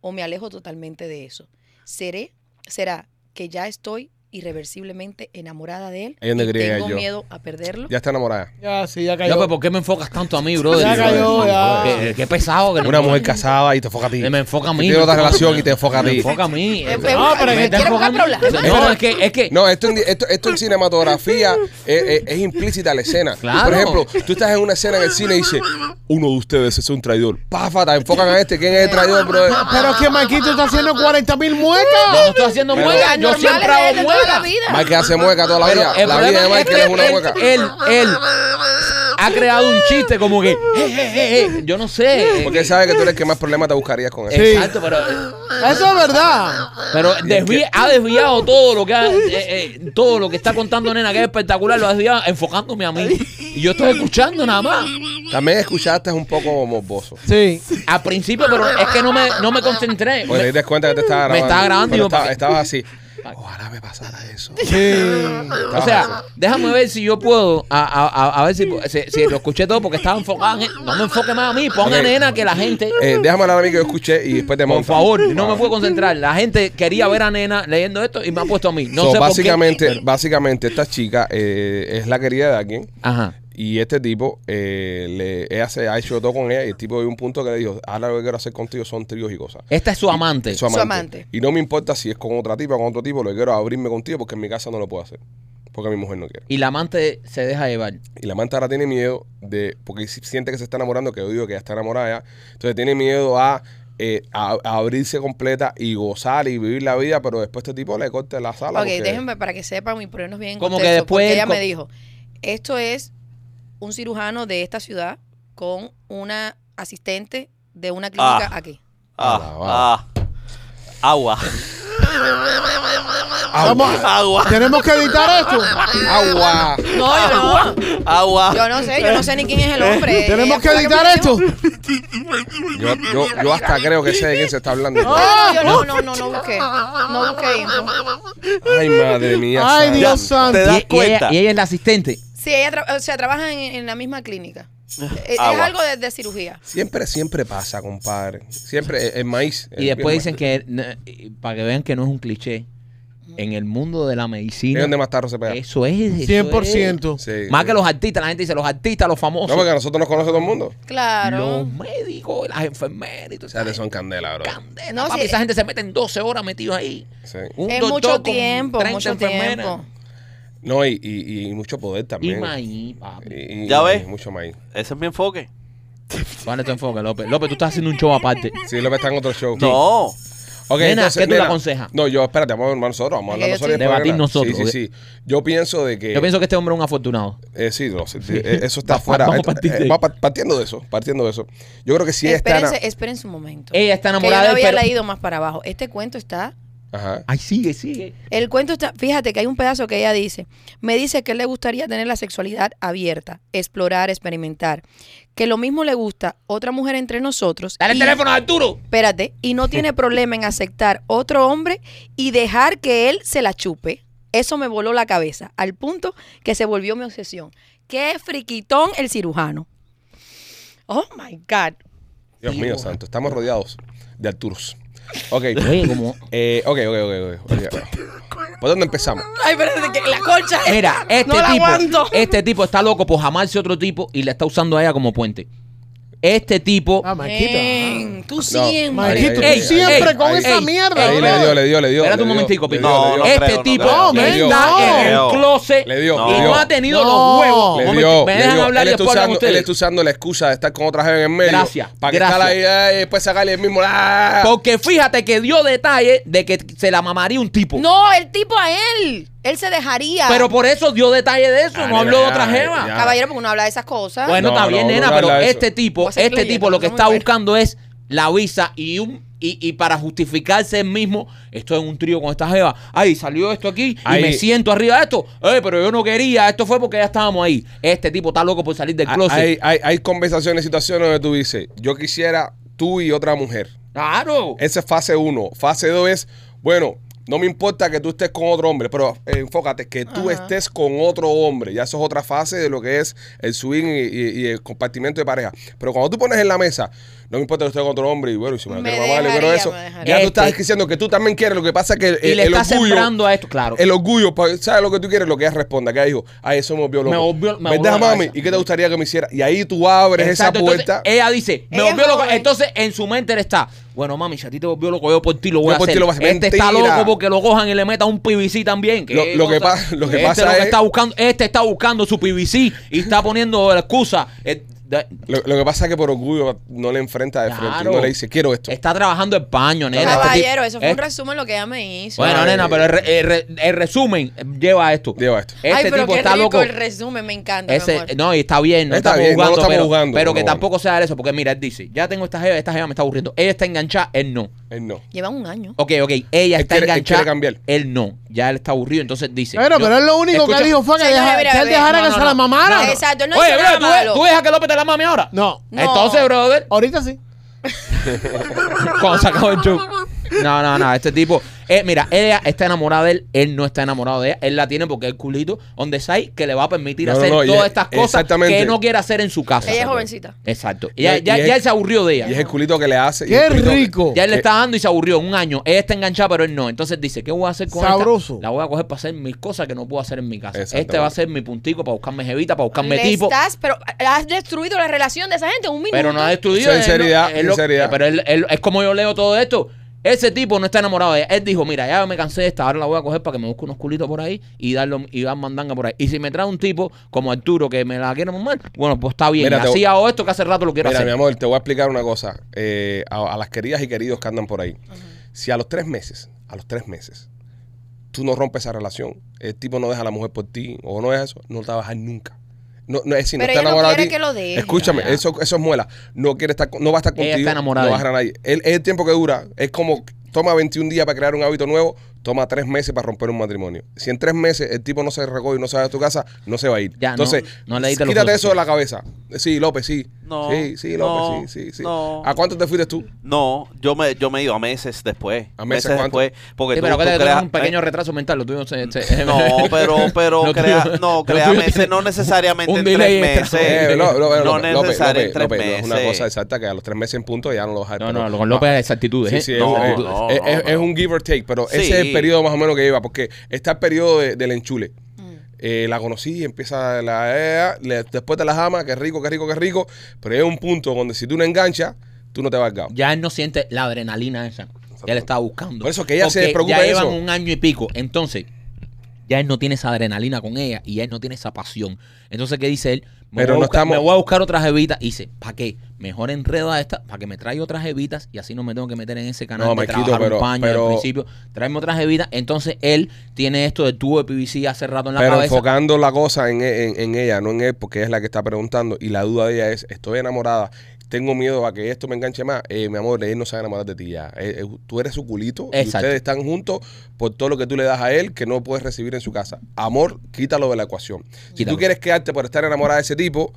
E: ¿O me alejo totalmente de eso? ¿Seré, será que ya estoy irreversiblemente enamorada de él?
A: Ahí donde
E: y
A: quería
E: tengo
A: yo.
E: miedo a perderlo.
A: Ya está enamorada.
C: Ya, sí, ya
B: Ya,
C: cayó.
B: pues, ¿por qué me enfocas tanto a mí, brother?
C: Ya cayó, ya.
B: Qué, qué pesado que no-
A: Una mujer casada y te enfoca a ti.
B: Me enfoca a mí.
A: Tiene otra relación y te enfoca a
B: Me
A: ti.
B: enfoca a mí.
E: Eh, pues,
C: No, pero
E: me
C: que te
E: quiero
B: enfoca
E: buscar
B: a mí.
E: problemas.
B: No, es que, es que
A: No, esto en, esto, esto en cinematografía es, es- es implícita la escena.
B: Claro.
A: Por ejemplo, tú estás en una escena en el cine y dices, uno de ustedes es un traidor. Páfata, enfocan a este. ¿Quién es el traidor, bro?
C: Pero es que Maquito está haciendo 40 mil
B: yo pues. no
C: muecas.
B: estoy haciendo
A: Pero-
B: muecas. Yo
E: Anormales
B: siempre
E: de
B: hago
E: él de toda la
B: muecas.
E: vida.
A: Michael hace mueca toda la vida.
B: el
A: la vida de
B: problema es
A: Michael
B: que
A: es, una
B: él,
A: mueca.
B: él, él ha creado un chiste como que, eh, eh, eh, eh, yo no sé. Eh,
A: Porque él sabe que tú eres el que más problemas te buscarías con eso.
C: Sí.
B: Exacto, pero,
C: Eso es verdad.
B: pero desvía- ha desviado todo lo que ha- eh, eh, todo lo que está contando nena que es espectacular lo ha desviado enfocándome a mí y yo estoy escuchando nada más.
A: También escuchaste un poco morboso.
C: Sí.
B: Al principio, pero es que no me, no me concentré.
A: Porque te das cuenta que te estaba grabando.
B: Me estaba grabando,
A: Pero
B: digo,
A: estaba-
B: ¿para qué?
A: estabas así. Ojalá me pasara eso.
B: O sea, déjame ver si yo puedo, a, a- a- a ver si, si, si lo escuché todo porque estaba enfocado en él. No me enfoque más a mí, ponga
A: Ok.
B: nena que la gente...
A: Eh, déjame hablar a mí que yo escuché y después te
B: Por
A: montas.
B: favor, no me puedo concentrar. La gente quería ver a Nena leyendo esto y me ha puesto a mí. No
A: So,
B: sé
A: básicamente,
B: por qué.
A: básicamente esta chica eh, es la querida de alguien
B: Ajá.
A: y este tipo eh, le, ella se ha hecho todo con ella y el tipo de un punto que le dijo, ahora lo que quiero hacer contigo son tríos y cosas.
B: Esta es su amante.
A: Es Su amante.
E: amante.
A: Y no me importa si es con otra tipa o con otro tipo, lo que quiero es abrirme contigo porque en mi casa no lo puedo hacer. Porque mi mujer no quiere.
B: Y la amante se deja llevar.
A: Y la amante ahora tiene miedo de, porque si- siente que se está enamorando, que yo digo que ya está enamorada ya. Entonces tiene miedo a, eh, a- a abrirse completa y gozar y vivir la vida, pero después este tipo le corte la sala.
E: Ok,
A: porque-
E: déjenme para que sepan y ponernos bien en
B: Como que
E: contexto,
B: después
E: porque
B: el
E: ella
B: co-
E: me dijo, esto es un cirujano de esta ciudad con una asistente de una clínica
D: Ah.
E: aquí.
A: Ah,
D: Ah, ah.
B: [laughs]
D: Agua.
C: Vamos.
D: Agua.
C: Tenemos que editar esto.
A: ¡Agua!
E: No, yo no.
D: Agua.
E: Yo no sé, yo no sé ni quién es el hombre.
C: eh, Tenemos
E: Ella
C: que
E: fue la me
C: editar
E: dijo.
C: esto.
A: Yo, yo, yo hasta creo que sé de quién se está hablando.
E: No, yo no, no, no, no busqué. No busqué info.
A: Ay, madre mía.
C: Ay,
A: santa.
C: Dios santo.
D: Te
B: Y,
D: das
B: y ella,
D: cuenta.
B: y ella es la asistente.
E: Sí, ella tra- o sea, trabaja en, en la misma clínica. Eh, Es,
D: Agua.
E: algo de, de cirugía.
A: Siempre, siempre pasa, compadre. Siempre eh, el, el maíz.
B: Y después dicen que, n- y para que vean que no es un cliché, en el mundo de la
A: Es
B: medicina,
A: donde más tarde se pega.
B: eso es. eso es.
C: 100%.
A: Sí.
B: Más que los artistas, la gente dice los artistas, los famosos,
A: No, porque a nosotros nos conoce todo el mundo.
E: Claro.
B: los médicos, las enfermeras y todo
A: O sea, te son candela, bro.
B: Candela,
E: No,
B: papi,
E: sí.
B: esa gente se mete en 12 horas metido ahí.
A: Sí.
B: Un
E: Es
B: doctor
E: mucho
B: con
E: tiempo,
B: 30
E: mucho
B: enfermeras.
E: tiempo.
A: No, y, y, y mucho poder
B: Y
A: también.
B: maíz, papi.
A: Y- y-
D: ¿Ya ves?
A: y mucho maíz.
D: Ese es mi enfoque.
B: ¿Cuál es tu enfoque, López? López, tú estás haciendo un show aparte.
A: Sí, lo que está en otro show.
D: No.
A: Ok,
B: Nena, ¿qué tú le
A: nena,
B: aconsejas?
A: No, yo, espérate, vamos a hablar nosotros. Vamos a hablar
E: Ok, yo
A: nosotros. y
B: estoy-
A: después
B: Debatir
A: nena.
B: nosotros,
A: Sí, sí, sí. Yo pienso de que.
B: Yo pienso que este hombre es un afortunado.
A: Eh, sí, lo sé, eh, eh, eso está
B: Va-
A: fuera.
B: vamos a
A: eh,
B: partir de
A: eh,
B: ahí.
A: va pa- partiendo de eso, partiendo de eso. Yo creo que sí está.
E: Espérense,
A: na-
E: esperen su momento.
B: Ella está
E: que yo
B: enamorada
E: no
B: del
E: había
B: perro.
E: leído más para abajo. Este cuento está
A: Ajá.
B: Ay, sigue, sigue.
E: El cuento está, fíjate que hay un pedazo que ella dice, me dice que le gustaría tener la sexualidad abierta, explorar, experimentar, que lo mismo le gusta otra mujer entre nosotros.
B: Dale el
E: y-
B: teléfono a Arturo.
E: Espérate, y
B: [laughs]
E: no tiene problema en aceptar otro hombre y dejar que él se la chupe. Eso me voló la cabeza, al punto que se volvió mi obsesión. Qué friquitón el cirujano. Oh my God.
A: Dios mío, santo. Estamos rodeados de Arturos. Ok.
B: Oye, como.
A: Eh, ok, ok, ok, ok, ok. ¿Por dónde empezamos?
E: Ay, espérate, que la concha. esta,
B: Mira, este
E: [laughs] no la
B: tipo.
E: aguanto.
B: Este tipo está loco por jamarse otro tipo y la está usando a ella como puente. Este tipo.
C: Ah, Maquita.
E: Men, tú
A: No,
E: siempre.
A: ahí,
C: Maquito,
A: ahí,
C: tú
A: ahí,
C: siempre
A: ahí,
C: con
A: ahí.
C: esa
B: Ey,
C: mierda,
A: Ahí le
C: brother.
A: dio, le dio, le dio.
B: Espérate
A: le
B: un
A: dio,
B: momentico,
A: le
B: Pito.
A: dio,
D: No,
A: le dio.
B: este
D: creo, no
B: tipo
D: creo.
A: Le dio,
B: está en
D: creo.
B: el closet
A: Le dio,
B: y
A: le
B: no
A: dio.
B: ha tenido
C: No.
B: los huevos.
A: Le
B: Un
A: dio,
B: momento, me
A: le
B: dejan
A: dio.
B: hablar
A: él,
B: y
A: está
B: después hablan
A: usando, él
B: ustedes.
A: está usando la excusa de estar con otra gente en el medio.
B: Gracias,
A: Para que
B: gracias.
A: tal ahí, ahí, después sacarle el mismo. ¡ah!
B: Porque fíjate que dio detalle de que se la mamaría un tipo.
E: No, el tipo a él. Él se dejaría.
B: Pero por eso dio detalle de eso,
A: Dale,
B: no habló de
A: dale,
B: otra
A: dale,
B: jeva.
A: Ah, ya.
E: Caballero, porque uno habla de esas cosas.
B: Bueno,
A: No,
B: está
A: no,
B: bien,
A: no
B: nena,
A: habla
B: pero
A: de eso.
B: este tipo,
E: Voy a ser
B: este
E: incluyente,
B: tipo lo que
E: está
B: está
E: muy bueno.
B: buscando es la visa y un y, y para justificarse él mismo, estoy en un trío con esta jeva. Ay, salió esto aquí y
A: Ahí.
B: me siento arriba de esto. Eh, pero yo no quería, esto fue porque ya estábamos ahí. Este tipo está loco por salir del closet.
A: Hay, hay, hay conversaciones, situaciones donde tú dices, yo quisiera tú y otra mujer.
B: Claro.
A: Esa es fase 1. Fase 2 es, bueno, no me importa que tú estés con otro hombre, pero eh, enfócate, que tú
E: Ajá.
A: estés con otro hombre. Ya eso es otra fase de lo que es el swing y, y- y el compartimiento de pareja. Pero cuando tú pones en la mesa, no me importa que esté con otro hombre, y bueno, y si me lo
E: Me
A: quiero mamar, le quiero
E: dejaría,
A: eso.
E: me dejaría.
A: Ya tú estás
B: Este-
A: diciendo que tú también quieres, lo que pasa es que el,
B: y le
A: eh, el
B: está
A: orgullo...
B: sembrando a esto, claro.
A: El orgullo, pa- ¿sabes lo que tú quieres? Lo que ella responda. Que ella dijo, ay, eso me volvió loco.
B: Me volvió- me
A: ¿Verdad,
B: volvió la
A: mami?
B: cabeza.
A: ¿Y qué te gustaría que me hiciera? Y ahí tú abres esa
B: Exacto, entonces,
A: puerta.
B: ella dice, me
E: Ella es
B: volvió loco.
E: joven.
B: Entonces en su mente él está, bueno, mami, si a ti te volvió loco, yo por ti lo voy
A: Yo
B: a
A: por ti
B: hacer.
A: lo voy a hacer.
B: Este está
A: Mentira.
B: loco porque lo cojan y le meta un PVC también. ¿Qué
A: Lo- lo que
B: cosa?
A: pa- lo que
B: este
A: pasa
B: lo que
A: es-
B: está buscando, este está buscando su PVC y está poniendo la excusa. Eh, da-
A: Lo, lo que pasa es que por orgullo no le enfrenta de frente,
B: Claro.
A: no le dice, quiero esto.
B: Está trabajando el paño, nena. Este
E: Caballero,
B: tipo-
E: eso fue un
B: eh,
E: resumen lo que ella me hizo.
B: Bueno,
A: Ay.
B: nena, pero el, re- el re- el resumen lleva a esto.
A: Lleva a esto.
B: Este
E: Ay, pero
B: tipo
E: qué
B: está
E: rico
B: loco.
E: el resumen, me encanta. mi amor.
B: Ese, eh, no, y está bien, no
A: Está
B: estamos
A: bien, no lo
B: jugando,
A: estamos
B: pero,
A: jugando,
B: pero
A: no
B: que
A: lo
B: tampoco sea eso, porque mira, él dice, ya tengo esta jeva, esta jeva me está aburriendo, ella está enganchada, él no.
A: Él no.
E: Llevan un año.
B: Ok, ok, ella
A: Él quiere-
B: está
A: él
B: enganchada,
A: quiere cambiar.
B: él no, ya él está aburrido, entonces dice.
C: Pero,
B: yo-
C: pero es lo único que
B: Escucha-
C: dijo fue que,
E: Señores,
C: deja-
E: mira,
C: que él
E: mira.
C: dejara
B: No,
C: que
B: no,
C: se la
B: no.
C: mamara.
B: No,
E: Exacto, él no
B: Oye,
E: hizo
B: bro,
E: nada
B: ¿tú,
E: malo.
B: tú dejas que López te la mame ahora?
C: No.
E: No.
B: Entonces, brother,
C: Ahorita sí.
B: cuando se acabó el show. No, no, no, este tipo, eh, mira, ella está enamorada de él, él no está enamorado de ella, él la tiene porque es el culito donde está ahí que le va a permitir
A: No, no,
B: hacer
A: no, y
B: todas
A: es-
B: estas cosas
A: exactamente.
B: que no quiere hacer en su casa.
E: Ella es jovencita.
B: Exacto.
A: Y
B: Ya,
A: es-
B: ya,
A: y es-
B: ya él se aburrió de ella.
A: Y es el culito que le hace. y
C: Qué
A: el culito que-
C: rico.
B: Ya él le está dando y se aburrió un año. Ella está enganchada, pero él no. Entonces dice, ¿qué voy a hacer con esta?
C: Sabroso.
B: La voy a coger para hacer mis cosas que no puedo hacer en mi casa.
A: Exactamente.
B: Este va a ser mi puntico para buscarme jevita, para buscarme
E: Le
B: tipo.
E: Estás, pero has destruido la relación de esa gente en un minuto.
B: Pero no ha destruido.
A: Sinceridad,
B: él no- él lo-
A: sinceridad.
B: Pero él- él- es como yo leo todo esto. Ese tipo no está enamorado de ella. Él dijo, mira, ya me cansé de esta, ahora la voy a coger para que me busque unos culitos por ahí y darle y dar mandanga por ahí. Y si me trae un tipo como Arturo que me la quiere mamar, bueno, pues está bien.
A: Mira,
B: Y
A: te-
B: así hago esto que hace rato lo quiero
A: Mira, mi
B: hacer.
A: amor, te voy a explicar una cosa. eh, a, a las queridas y queridos que andan por ahí. Si a los tres meses, a los tres meses, tú no rompes esa relación, el tipo no deja a la mujer por ti, o no es eso, no te va a bajar nunca. No, no, es decir,
E: Pero
A: no está
E: ella no
A: enamorado
E: quiere
A: de ti.
E: que lo deje.
A: Escúchame,
B: Ya, ya.
A: eso, eso es muela. No quiere estar, con- no va a estar
B: Ella
A: contigo.
B: está enamorada
A: No va a
B: de él.
A: dejar a nadie. El, el tiempo que dura es como toma 21 días para crear un hábito nuevo, toma tres meses para romper un matrimonio. Si en tres meses el tipo no se recoge y no se va de tu casa, no se va a ir.
B: Ya, no-
A: Entonces,
B: no leíste los
A: quítate
B: dos.
A: eso de la cabeza. Sí, López, sí.
D: No,
A: Sí, sí, López,
D: no,
A: sí, sí, sí.
D: no. Eh,
A: ¿A cuánto te fuiste tú?
D: No, yo me, yo me he ido a meses después.
A: ¿A meses cuánto?
D: después. Porque
B: Sí,
D: pues,
B: pero
D: tú, tú
B: acuérdate que tú
D: creas-
B: tienes un pequeño
D: eh,
B: retraso mental, lo tuyo no se- se-
D: No, pero, pero
B: [laughs] Lo tuyo-
D: crea, no,
B: lo
D: crea
B: tuyo
D: meses,
B: tiene-
D: no necesariamente
B: un
D: en
B: delay
D: tres
B: extra.
D: meses.
A: Eh, Ló- Ló- López,
D: no
A: López, López,
D: necesariamente en
A: López,
D: tres
A: no
D: meses.
A: es una cosa exacta que a los tres meses en punto ya no lo vas a
B: No,
A: pero-
B: no, con López
D: Ah.
A: va-
B: es exactitudes.
A: Sí,
B: ¿eh?
A: sí, es,
D: No,
A: un- es-
D: no,
A: es-
D: no,
A: es- es
D: no.
A: un give or take, pero
D: Sí.
A: ese es el periodo más o menos que lleva, porque está el periodo de- del enchule. Eh, la conocí, empieza la... eh, le- después te las ama, qué rico, qué rico, qué rico, pero es un punto donde si tú no enganchas, tú no te vas al gao.
B: Ya él no siente la adrenalina esa que él estaba buscando.
A: Por eso que ella se
B: Porque
A: despreocupa
B: ya
A: de
B: llevan
A: eso.
B: un año y pico. Entonces, ya él no tiene esa adrenalina con ella y ya él no tiene esa pasión. Entonces, ¿qué dice él? Me,
A: Pero no
B: voy, a buscar,
A: estamos-
B: me voy a buscar otra jevita. Y dice, ¿para qué? Mejor enredo a esta para que me traiga otras jevitas y así no me tengo que meter en ese canal
A: No,
B: de
A: Marquito,
B: trabajar
A: pero-
B: un paño
A: pero-
B: al principio. Tráeme otras jevitas. Entonces, él tiene esto del tubo de PVC hace rato en la
A: Pero
B: cabeza.
A: enfocando la cosa en, e, en- en ella, no en él, porque ella es la que está preguntando. Y la duda de ella es, estoy enamorada, tengo miedo a que esto me enganche más. Eh, mi amor, él no se va a enamorar de ti ya. Eh, eh, tú eres su culito y
B: Exacto.
A: ustedes están juntos por todo lo que tú le das a él que no puedes recibir en su casa. Amor, quítalo de la ecuación. Si
B: Quítalo.
A: tú quieres quedarte por estar enamorada de ese tipo...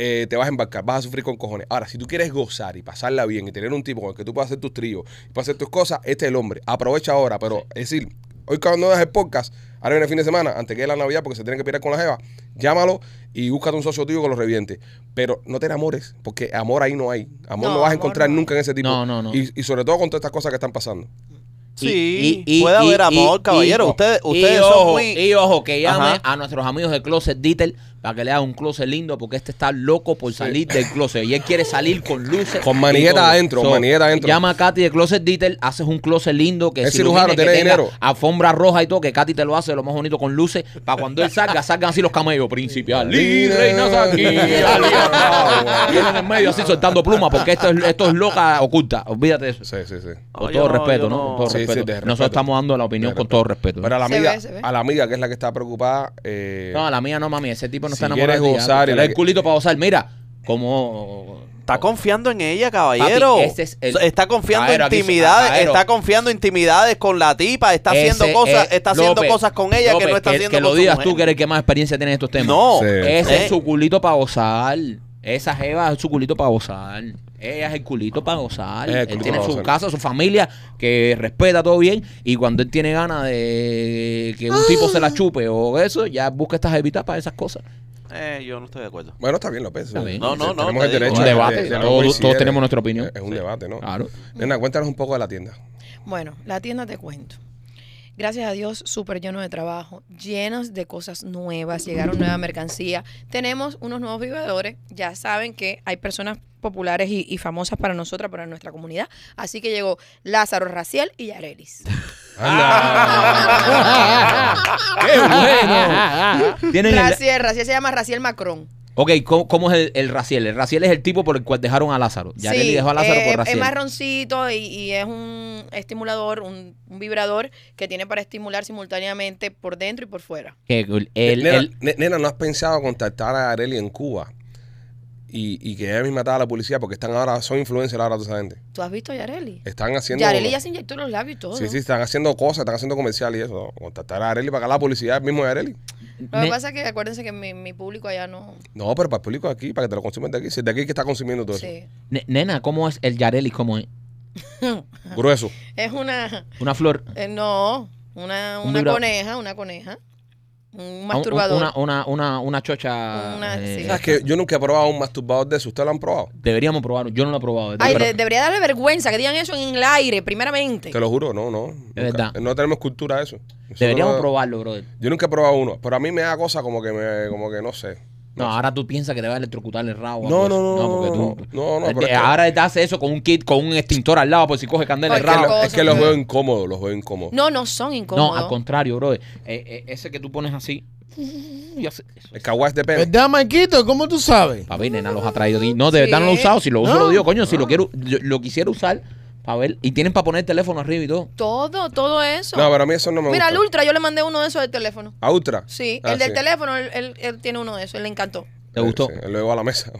A: eh, te vas a embarcar, vas a sufrir con cojones. Ahora, si tú quieres gozar y pasarla bien y tener un tipo con el que tú puedas hacer tus tríos y puedas hacer tus cosas, este es el hombre. Aprovecha ahora, pero es decir, Hoy cuando no das el podcast, ahora viene el fin de semana, antes que es la Navidad, porque se tienen que pirar con la jeva, llámalo y búscate un socio tuyo que lo reviente. Pero no te enamores, porque amor ahí no hay. Amor
E: No,
A: no, vas a
E: amor
A: encontrar
E: no hay.
A: nunca en ese tipo.
B: No, no, no.
A: Y, y sobre todo con todas estas cosas que están pasando.
D: Sí,
B: Y- y- y-
D: puede
B: y-
D: haber
B: y-
D: amor,
B: y-
D: caballero.
B: y-
D: ustedes
B: y
D: ustedes son
B: ojo,
D: muy...
B: Y ojo, que llame
D: Ajá.
B: a nuestros amigos de Closet Detail para que le haga un closet lindo, porque este está loco por salir del closet. Y él quiere salir con luces.
A: Con
B: y
A: manigueta
B: todo.
A: adentro, manigueta adentro.
B: Llama a Katy de Closet Detail, haces un closet lindo que
A: Es
B: se ilumine,
A: cirujano,
B: que
A: tiene
B: tenga
A: dinero.
B: Alfombra roja y todo, que Katy te lo hace lo más bonito con luces, para cuando él salga, salgan así los camellos, principal. Y reinas aquí. Y él en el medio así soltando plumas, porque esto es, esto es loca oculta. Olvídate de eso.
A: Sí, sí, sí.
B: Con todo
D: No, yo no,
B: respeto,
D: yo
B: ¿no?
D: no.
B: Con todo
A: Sí, sí,
B: respeto.
A: de respeto.
B: Nosotros estamos dando la opinión
A: De
E: respeto.
B: con todo respeto.
A: Pero a la
E: Se
A: amiga,
E: ve, se ve.
A: a la amiga que es la que está preocupada, eh,
B: No, a la mía no, mami. Ese tipo
A: Si
B: no está enamorado.
A: quieres
B: de ti,
A: gozar y
B: ya. Te
A: la
B: da el
A: que-
B: culito para gozar. Mira, como.
D: Está confiando en ella, caballero.
B: Papi, ese es el-
D: Está confiando
B: Caballero, aquí-
D: intimidades,
B: caballero.
D: está confiando intimidades con la tipa, está haciendo
B: Ese
D: cosas,
B: es-
D: está haciendo
B: López,
D: cosas con ella que
B: López,
D: no está haciendo
B: Que lo
D: con su
B: digas
D: mujer.
B: tú, que eres el que más experiencia tiene en estos temas.
D: No.
A: Sí.
B: Ese
D: Eh.
B: es su culito para gozar. Esa jeva es su culito para gozar. Ella es el culito para gozar.
A: Es el
B: él
A: culito
B: tiene
A: pa'
B: su
A: gozar.
B: casa, su familia, que respeta todo bien. Y cuando él tiene ganas de que un tipo se la chupe o eso, ya busca estas evitas para esas cosas.
D: Eh, yo no estoy de acuerdo.
A: Bueno, está bien, López.
B: Está bien.
D: No, no, no,
A: Tenemos
D: te
A: el
D: digo,
A: derecho
B: un
A: de-
B: debate.
A: de- de no
B: todos,
A: coincidir.
B: todos tenemos nuestra opinión.
A: Es un debate, ¿no?
B: Claro.
A: Nena, cuéntanos un poco de la tienda.
E: Bueno, la tienda te cuento. Gracias a Dios, súper lleno de trabajo, llenos de cosas nuevas, llegaron nueva mercancía. Tenemos unos nuevos vibradores. Ya saben que hay personas populares y, y famosas para nosotras, para nuestra comunidad. Así que llegó Lázaro Raciel y Yarelis.
A: Ah.
B: [laughs] ¡Qué bueno! Tienen el-
E: Raciel, Raciel se llama Raciel Macron.
B: Ok, ¿cómo, cómo es el, el Raciel? El Raciel es el tipo por el cual dejaron a Lázaro. Ya
E: Sí,
B: dejó a Lázaro
E: eh,
B: por
E: es-
B: Raciel.
E: Es marroncito y, y es un estimulador, un, un vibrador que tiene para estimular simultáneamente por dentro y por fuera.
B: Que el- el-
A: nena,
B: el-
A: ne- nena, ¿no has pensado contactar a Areli en Cuba? Y, y que ella misma estaba a la policía porque están ahora, son influencers ahora toda esa gente.
E: ¿Tú has visto a Yareli?
B: Eh,
A: Están haciendo.
E: Yareli ya se inyectó los labios y todo.
A: Sí, sí, están haciendo cosas, están haciendo comerciales y eso. Contactar a Areli para que la policía mismo de Areli.
E: Lo que
B: ne-
E: pasa es que acuérdense que mi, mi público allá no.
A: No, pero para el público de aquí, para que te lo consumen de aquí. Si es de aquí que está consumiendo todo eso.
E: Sí.
B: ne- nena, ¿cómo es el Yareli? ¿Cómo es?
A: Grueso.
E: Es una.
B: Una flor.
E: eh, no, una,
B: Un
E: una
B: vibra-
E: coneja, una coneja. Un
B: un- un-
E: masturbador.
B: Una, una, una, una chocha.
E: Una-
B: eh,
E: sí.
A: ¿Sabes que Yo nunca he probado un masturbador de eso. ¿Ustedes lo han probado?
B: Deberíamos probarlo. Yo no lo he probado.
E: Ay,
B: Pero-
E: de- debería darle vergüenza que digan eso en el aire, primeramente.
A: Te lo juro, no, no. Nunca.
B: verdad.
A: No tenemos cultura de eso. Nosotros
B: deberíamos
A: no-
B: probarlo, brother.
A: Yo nunca he probado uno, pero a mí me da cosa como que me, como que no sé.
B: No, ahora tú piensas que te va a electrocutar el rabo.
A: Pues- No,
B: pues.
A: no, no,
B: porque
A: no,
B: tú-
A: no, no,
B: Eh,
A: pero es que-
B: ahora te hace eso con un kit, con un extintor al lado, por si coge candela
E: Ay,
B: el
E: qué
B: rabo.
E: loco.
A: Es que los
E: Ajá.
A: veo incómodos, los veo incómodos.
E: No, no son
B: No,
E: incómodos.
B: al contrario, bro. Eh, eh, ese que tú pones así. y hace- eso.
A: El kawaii es de pene.
C: ¿Verdad, Maikito? ¿Cómo
B: [laughs]
C: tú sabes?
B: Papi, nena, los ha traído. aquí. No, de verdad no lo he
E: Sí.
B: usado. Si lo uso,
C: No.
B: lo digo, coño. Si lo quiero, yo- lo quisiera usar para ver. Y tienen para poner el teléfono arriba y todo.
E: Todo, todo eso.
A: No, pero a mí eso no me
E: Mira,
A: gusta.
E: al Ultra yo le mandé uno de esos del teléfono.
A: ¿A Ultra?
E: Sí,
A: Ah,
E: el del
A: sí.
E: teléfono, él, él- él tiene uno de esos, él le encantó.
B: ¿Te gustó?
A: Sí, luego a la mesa.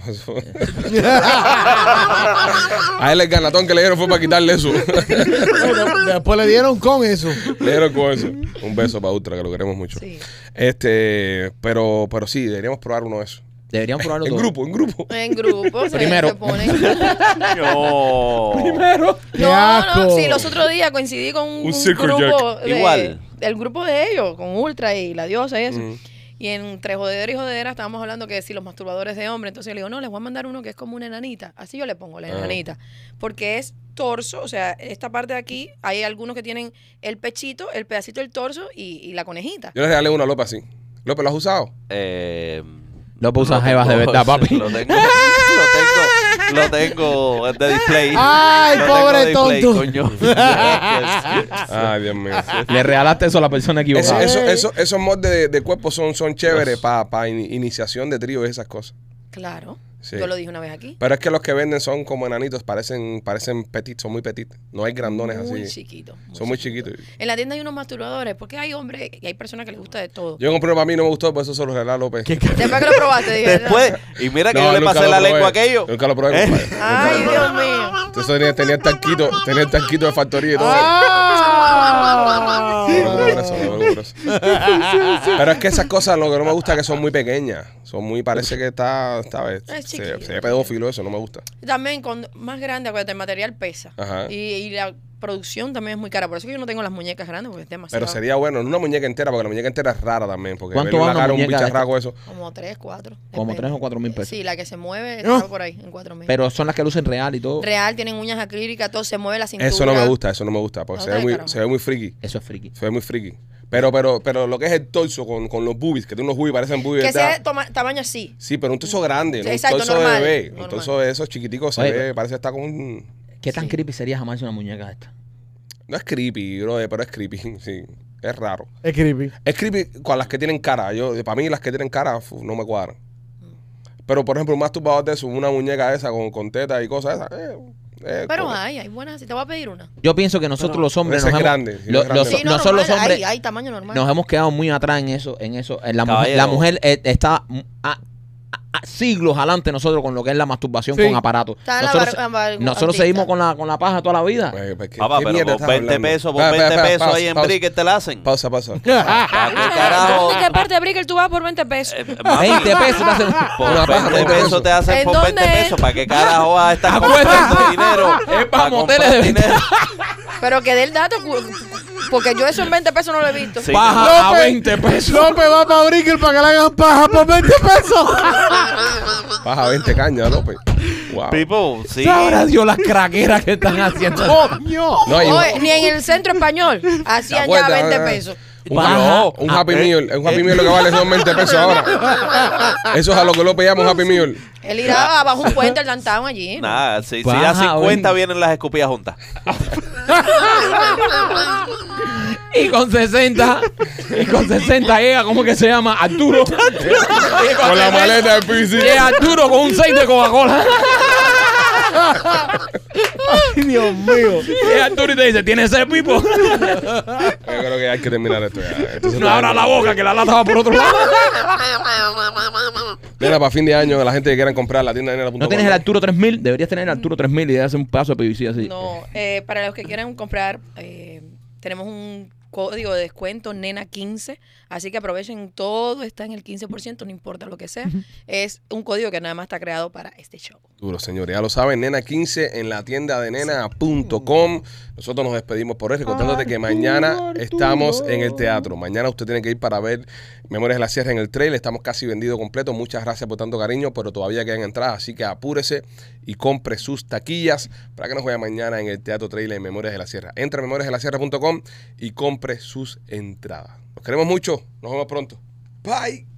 A: [laughs] a él el ganatón que le dieron fue para quitarle eso. [laughs] le
C: Bueno, después le dieron con eso.
A: dieron con eso. Un beso para Ultra, que lo queremos mucho.
E: Sí.
A: Este, pero, pero sí, deberíamos probar uno de esos.
B: Deberían probarlo
A: En
B: todo.
A: grupo, en grupo.
E: En grupo. pues, se-
B: Primero.
E: se ponen.
D: No.
B: [laughs]
D: [laughs]
B: Primero.
C: ¡Qué
E: No, no,
C: asco!
E: sí, los otros días coincidí con un,
A: Un circle
E: grupo de-
D: Igual.
E: El grupo de ellos, con Ultra y la diosa y eso.
A: Mm.
E: Y entre jodedera y jodedera estábamos hablando que si los masturbadores de hombre, entonces yo le digo, no, les voy a mandar uno que es como una enanita. Así yo le pongo la
A: Ah.
E: enanita. Porque es torso, o sea, esta parte de aquí, hay algunos que tienen el pechito, el pedacito del torso y, y la conejita.
A: Yo le regalé uno a López así. López, ¿lo has usado?
D: Eh,
B: Lo puedo usar
D: lo
B: jevas de
D: tengo-
B: verdad, papi.
D: Lo tengo, lo tengo, lo tengo de display.
C: Ay,
D: Lo tengo
C: pobre
D: de display,
C: tonto.
D: coño.
A: Ay, Dios mío.
B: Le regalaste eso a la persona
A: Eso-
B: equivocada.
A: eso- eso- esos moldes de, de cuerpo son, son chéveres para iniciación de trío y esas cosas.
E: Claro.
A: Sí.
E: Yo lo dije una vez aquí.
A: Pero es que los que venden son como enanitos, parecen, parecen petit, son muy petit. No hay grandones
E: Muy
A: así.
E: chiquito.
A: Son muy chiquitos.
E: En la tienda hay unos masturbadores, porque hay hombres y hay personas que les gusta de todo.
A: Yo compré uno para mí, no me gustó, por eso se los regalé a López.
E: Después que lo probaste, dije,
D: Después, y mira que
A: No,
D: yo le
A: nunca
D: pasé
A: lo
D: la
A: probé.
D: lengua a aquello. Ah, Eh.
A: Nunca lo probé. compadre.
E: Ay, Dios mío.
A: Entonces tenía, tenía el tanquito, tenía el tanquito de factoría y todo.
E: Ah.
C: ¡Ah!
A: No, no, por eso, no, no, por eso. Pero es que esas cosas lo que no me gusta es que son muy pequeñas. Son muy, parece que está, ¿sabes?
E: Es
A: Se,
E: chiquillo.
A: se ve pedófilo eso, no me gusta.
E: También con más grande, acuérdate, el material pesa.
A: Ajá.
E: Y, y la producción también es muy cara. Por eso que yo no tengo las muñecas grandes, porque es demasiado.
A: Pero sería bueno, no una muñeca entera, porque la muñeca entera es rara también. Porque
B: ¿Cuánto
A: verle
B: vale una
A: la cara a un
B: muñeca de
A: bicharraco eso.
E: Como tres, cuatro.
B: Como
E: depende.
B: tres o cuatro mil pesos.
E: Sí, la que se mueve
C: No.
E: está por ahí, en cuatro mil.
B: Pero son las que lucen real y todo.
E: Real, tienen uñas acrílicas, todo se mueve la cintura.
A: Eso no me gusta, eso no me gusta, porque
E: No
A: se,
E: te
A: ve muy,
E: carajo.
A: se ve muy friki.
B: Eso es friki.
A: Se ve muy friki. Pero, pero, pero lo que es el torso con, con los boobies, que tiene unos boobies, parecen boobies,
E: Que sea
A: ¿verdad?
E: de toma- tamaño así.
A: Sí, pero un torso grande, no
E: Exacto,
A: un torso
E: normal,
A: de bebé.
E: normal.
A: Un torso de esos chiquiticos se
B: Oye,
A: ve,
B: pero-
A: parece estar con un...
B: ¿Qué tan
E: Sí.
B: creepy sería jamás una muñeca esta?
A: No es creepy, bro, pero es creepy, [laughs] sí. Es raro.
C: Es creepy.
A: Es creepy con las que tienen cara. Yo, para mí, las que tienen cara fu, no me cuadran.
E: Mm.
A: Pero, por ejemplo, un masturbador de eso, una muñeca esa con, con teta y cosas esas. eh, eh,
E: Pero
A: con-
E: hay, hay buenas. así. Te voy a pedir una.
B: Yo pienso que nosotros
C: Pero-
B: los hombres
A: Ese es
B: nos hemos,
A: grande, sí,
B: lo-
A: es grande.
B: los-
A: Sí,
E: Sí, no,
B: nosotros los
E: normal,
B: hombres
E: Hay, hay tamaño normal.
B: nos hemos quedado muy atrás en eso, en eso. En la, mujer,
D: Caballero.
B: la mujer eh, está mm, a- a- a siglos adelante nosotros con lo que es la masturbación
C: Sí.
B: con aparatos.
E: Está la
B: Nosotros,
E: bar- bar-
B: nosotros
E: autista.
B: seguimos con la, con la paja toda la vida.
A: Eh, pues, ¿qué-
D: Papá,
A: qué
D: pero
A: mierda
D: por
A: estás
D: 20
A: hablando?
D: pesos, por
A: Pa, pa,
D: 20
A: pa,
D: pesos
A: pausa,
D: ahí en
A: pausa,
D: Brick te la hacen.
A: Pausa, pausa.
B: Ah,
D: Ya, ¿Qué Ah, carajo?
E: ¿Dónde qué parte de Brickell tú vas por 20 pesos?
D: Eh, mami,
B: 20 pesos. te hacen-
D: Por
A: Una paja,
D: 20
A: por
D: pesos te hacen
E: ¿En
D: por
E: dónde
D: 20
E: es?
D: pesos. ¿Para qué carajo vas a
A: [laughs]
D: estar comprando dinero?
B: Es para
D: Pa'
B: moteles
D: comprar
B: de venta.
D: dinero.
E: Pero que dé el dato, cu- porque yo eso en 20 pesos no lo he visto.
D: Sí.
B: Paja a
C: López.
B: 20 pesos.
C: López va para Brickell para que le hagan paja por 20 pesos.
B: [laughs]
A: Paja 20 cañas, Pues, López. Wow.
D: People, sí.
B: Ahora Dios las craqueras que están haciendo.
C: [laughs] ¡Coño!
A: No, y un-
E: Oye, ni en el centro español hacían ya
A: Acuérdate,
E: 20
A: ah,
E: pesos.
A: Un,
B: Paja.
A: no, un
D: Ah, eh.
A: Happy Meal. Un Happy Meal lo que vale son 20 pesos ahora. Eso es a lo que López llama un Happy Meal.
E: Él irá abajo un puente, el
A: [laughs]
E: downtown allí.
D: Nada, si, si
B: Paja,
D: da 50
B: oye.
D: vienen las escupidas juntas.
B: Y con 60, y con 60 llega, ¿cómo que se llama? Arturo. Y
A: Con la
B: 60
A: maleta de piscina.
B: Llega Arturo con un 6 de Coca-Cola.
C: Ay, Dios mío.
B: Llega Arturo y te dice, ¿tienes ese pipo?
A: Yo creo que hay que terminar esto ya. Esto se
B: No
A: está
B: abra la
A: yendo.
B: boca, que la lata va por otro lado.
A: Mira, para fin de año, la gente que quieran comprar la tienda de nena.com.
B: ¿No tienes el Arturo 3000? Deberías tener el Arturo 3000 y darse un paso de PVC así.
E: No, eh, para los que quieran comprar, eh, tenemos un código de descuento, nena15, así que aprovechen todo, está en el 15%, no importa lo que sea. Es un código que nada más está creado para este show.
A: Duro, señores. Ya lo saben, Nena15 en la tienda de nena.com. Nosotros nos despedimos por hoy, recordándote que mañana estamos en el teatro. Mañana usted tiene que ir para ver Memorias de la Sierra en el trail. Estamos casi vendido completo. Muchas gracias por tanto cariño, pero todavía quedan entradas, así que apúrese y compre sus taquillas para que nos vea mañana en el Teatro Trail en Memorias de la Sierra. Entra a memoriasdelasierra.com y compre sus entradas. Los queremos mucho. Nos vemos pronto. Bye.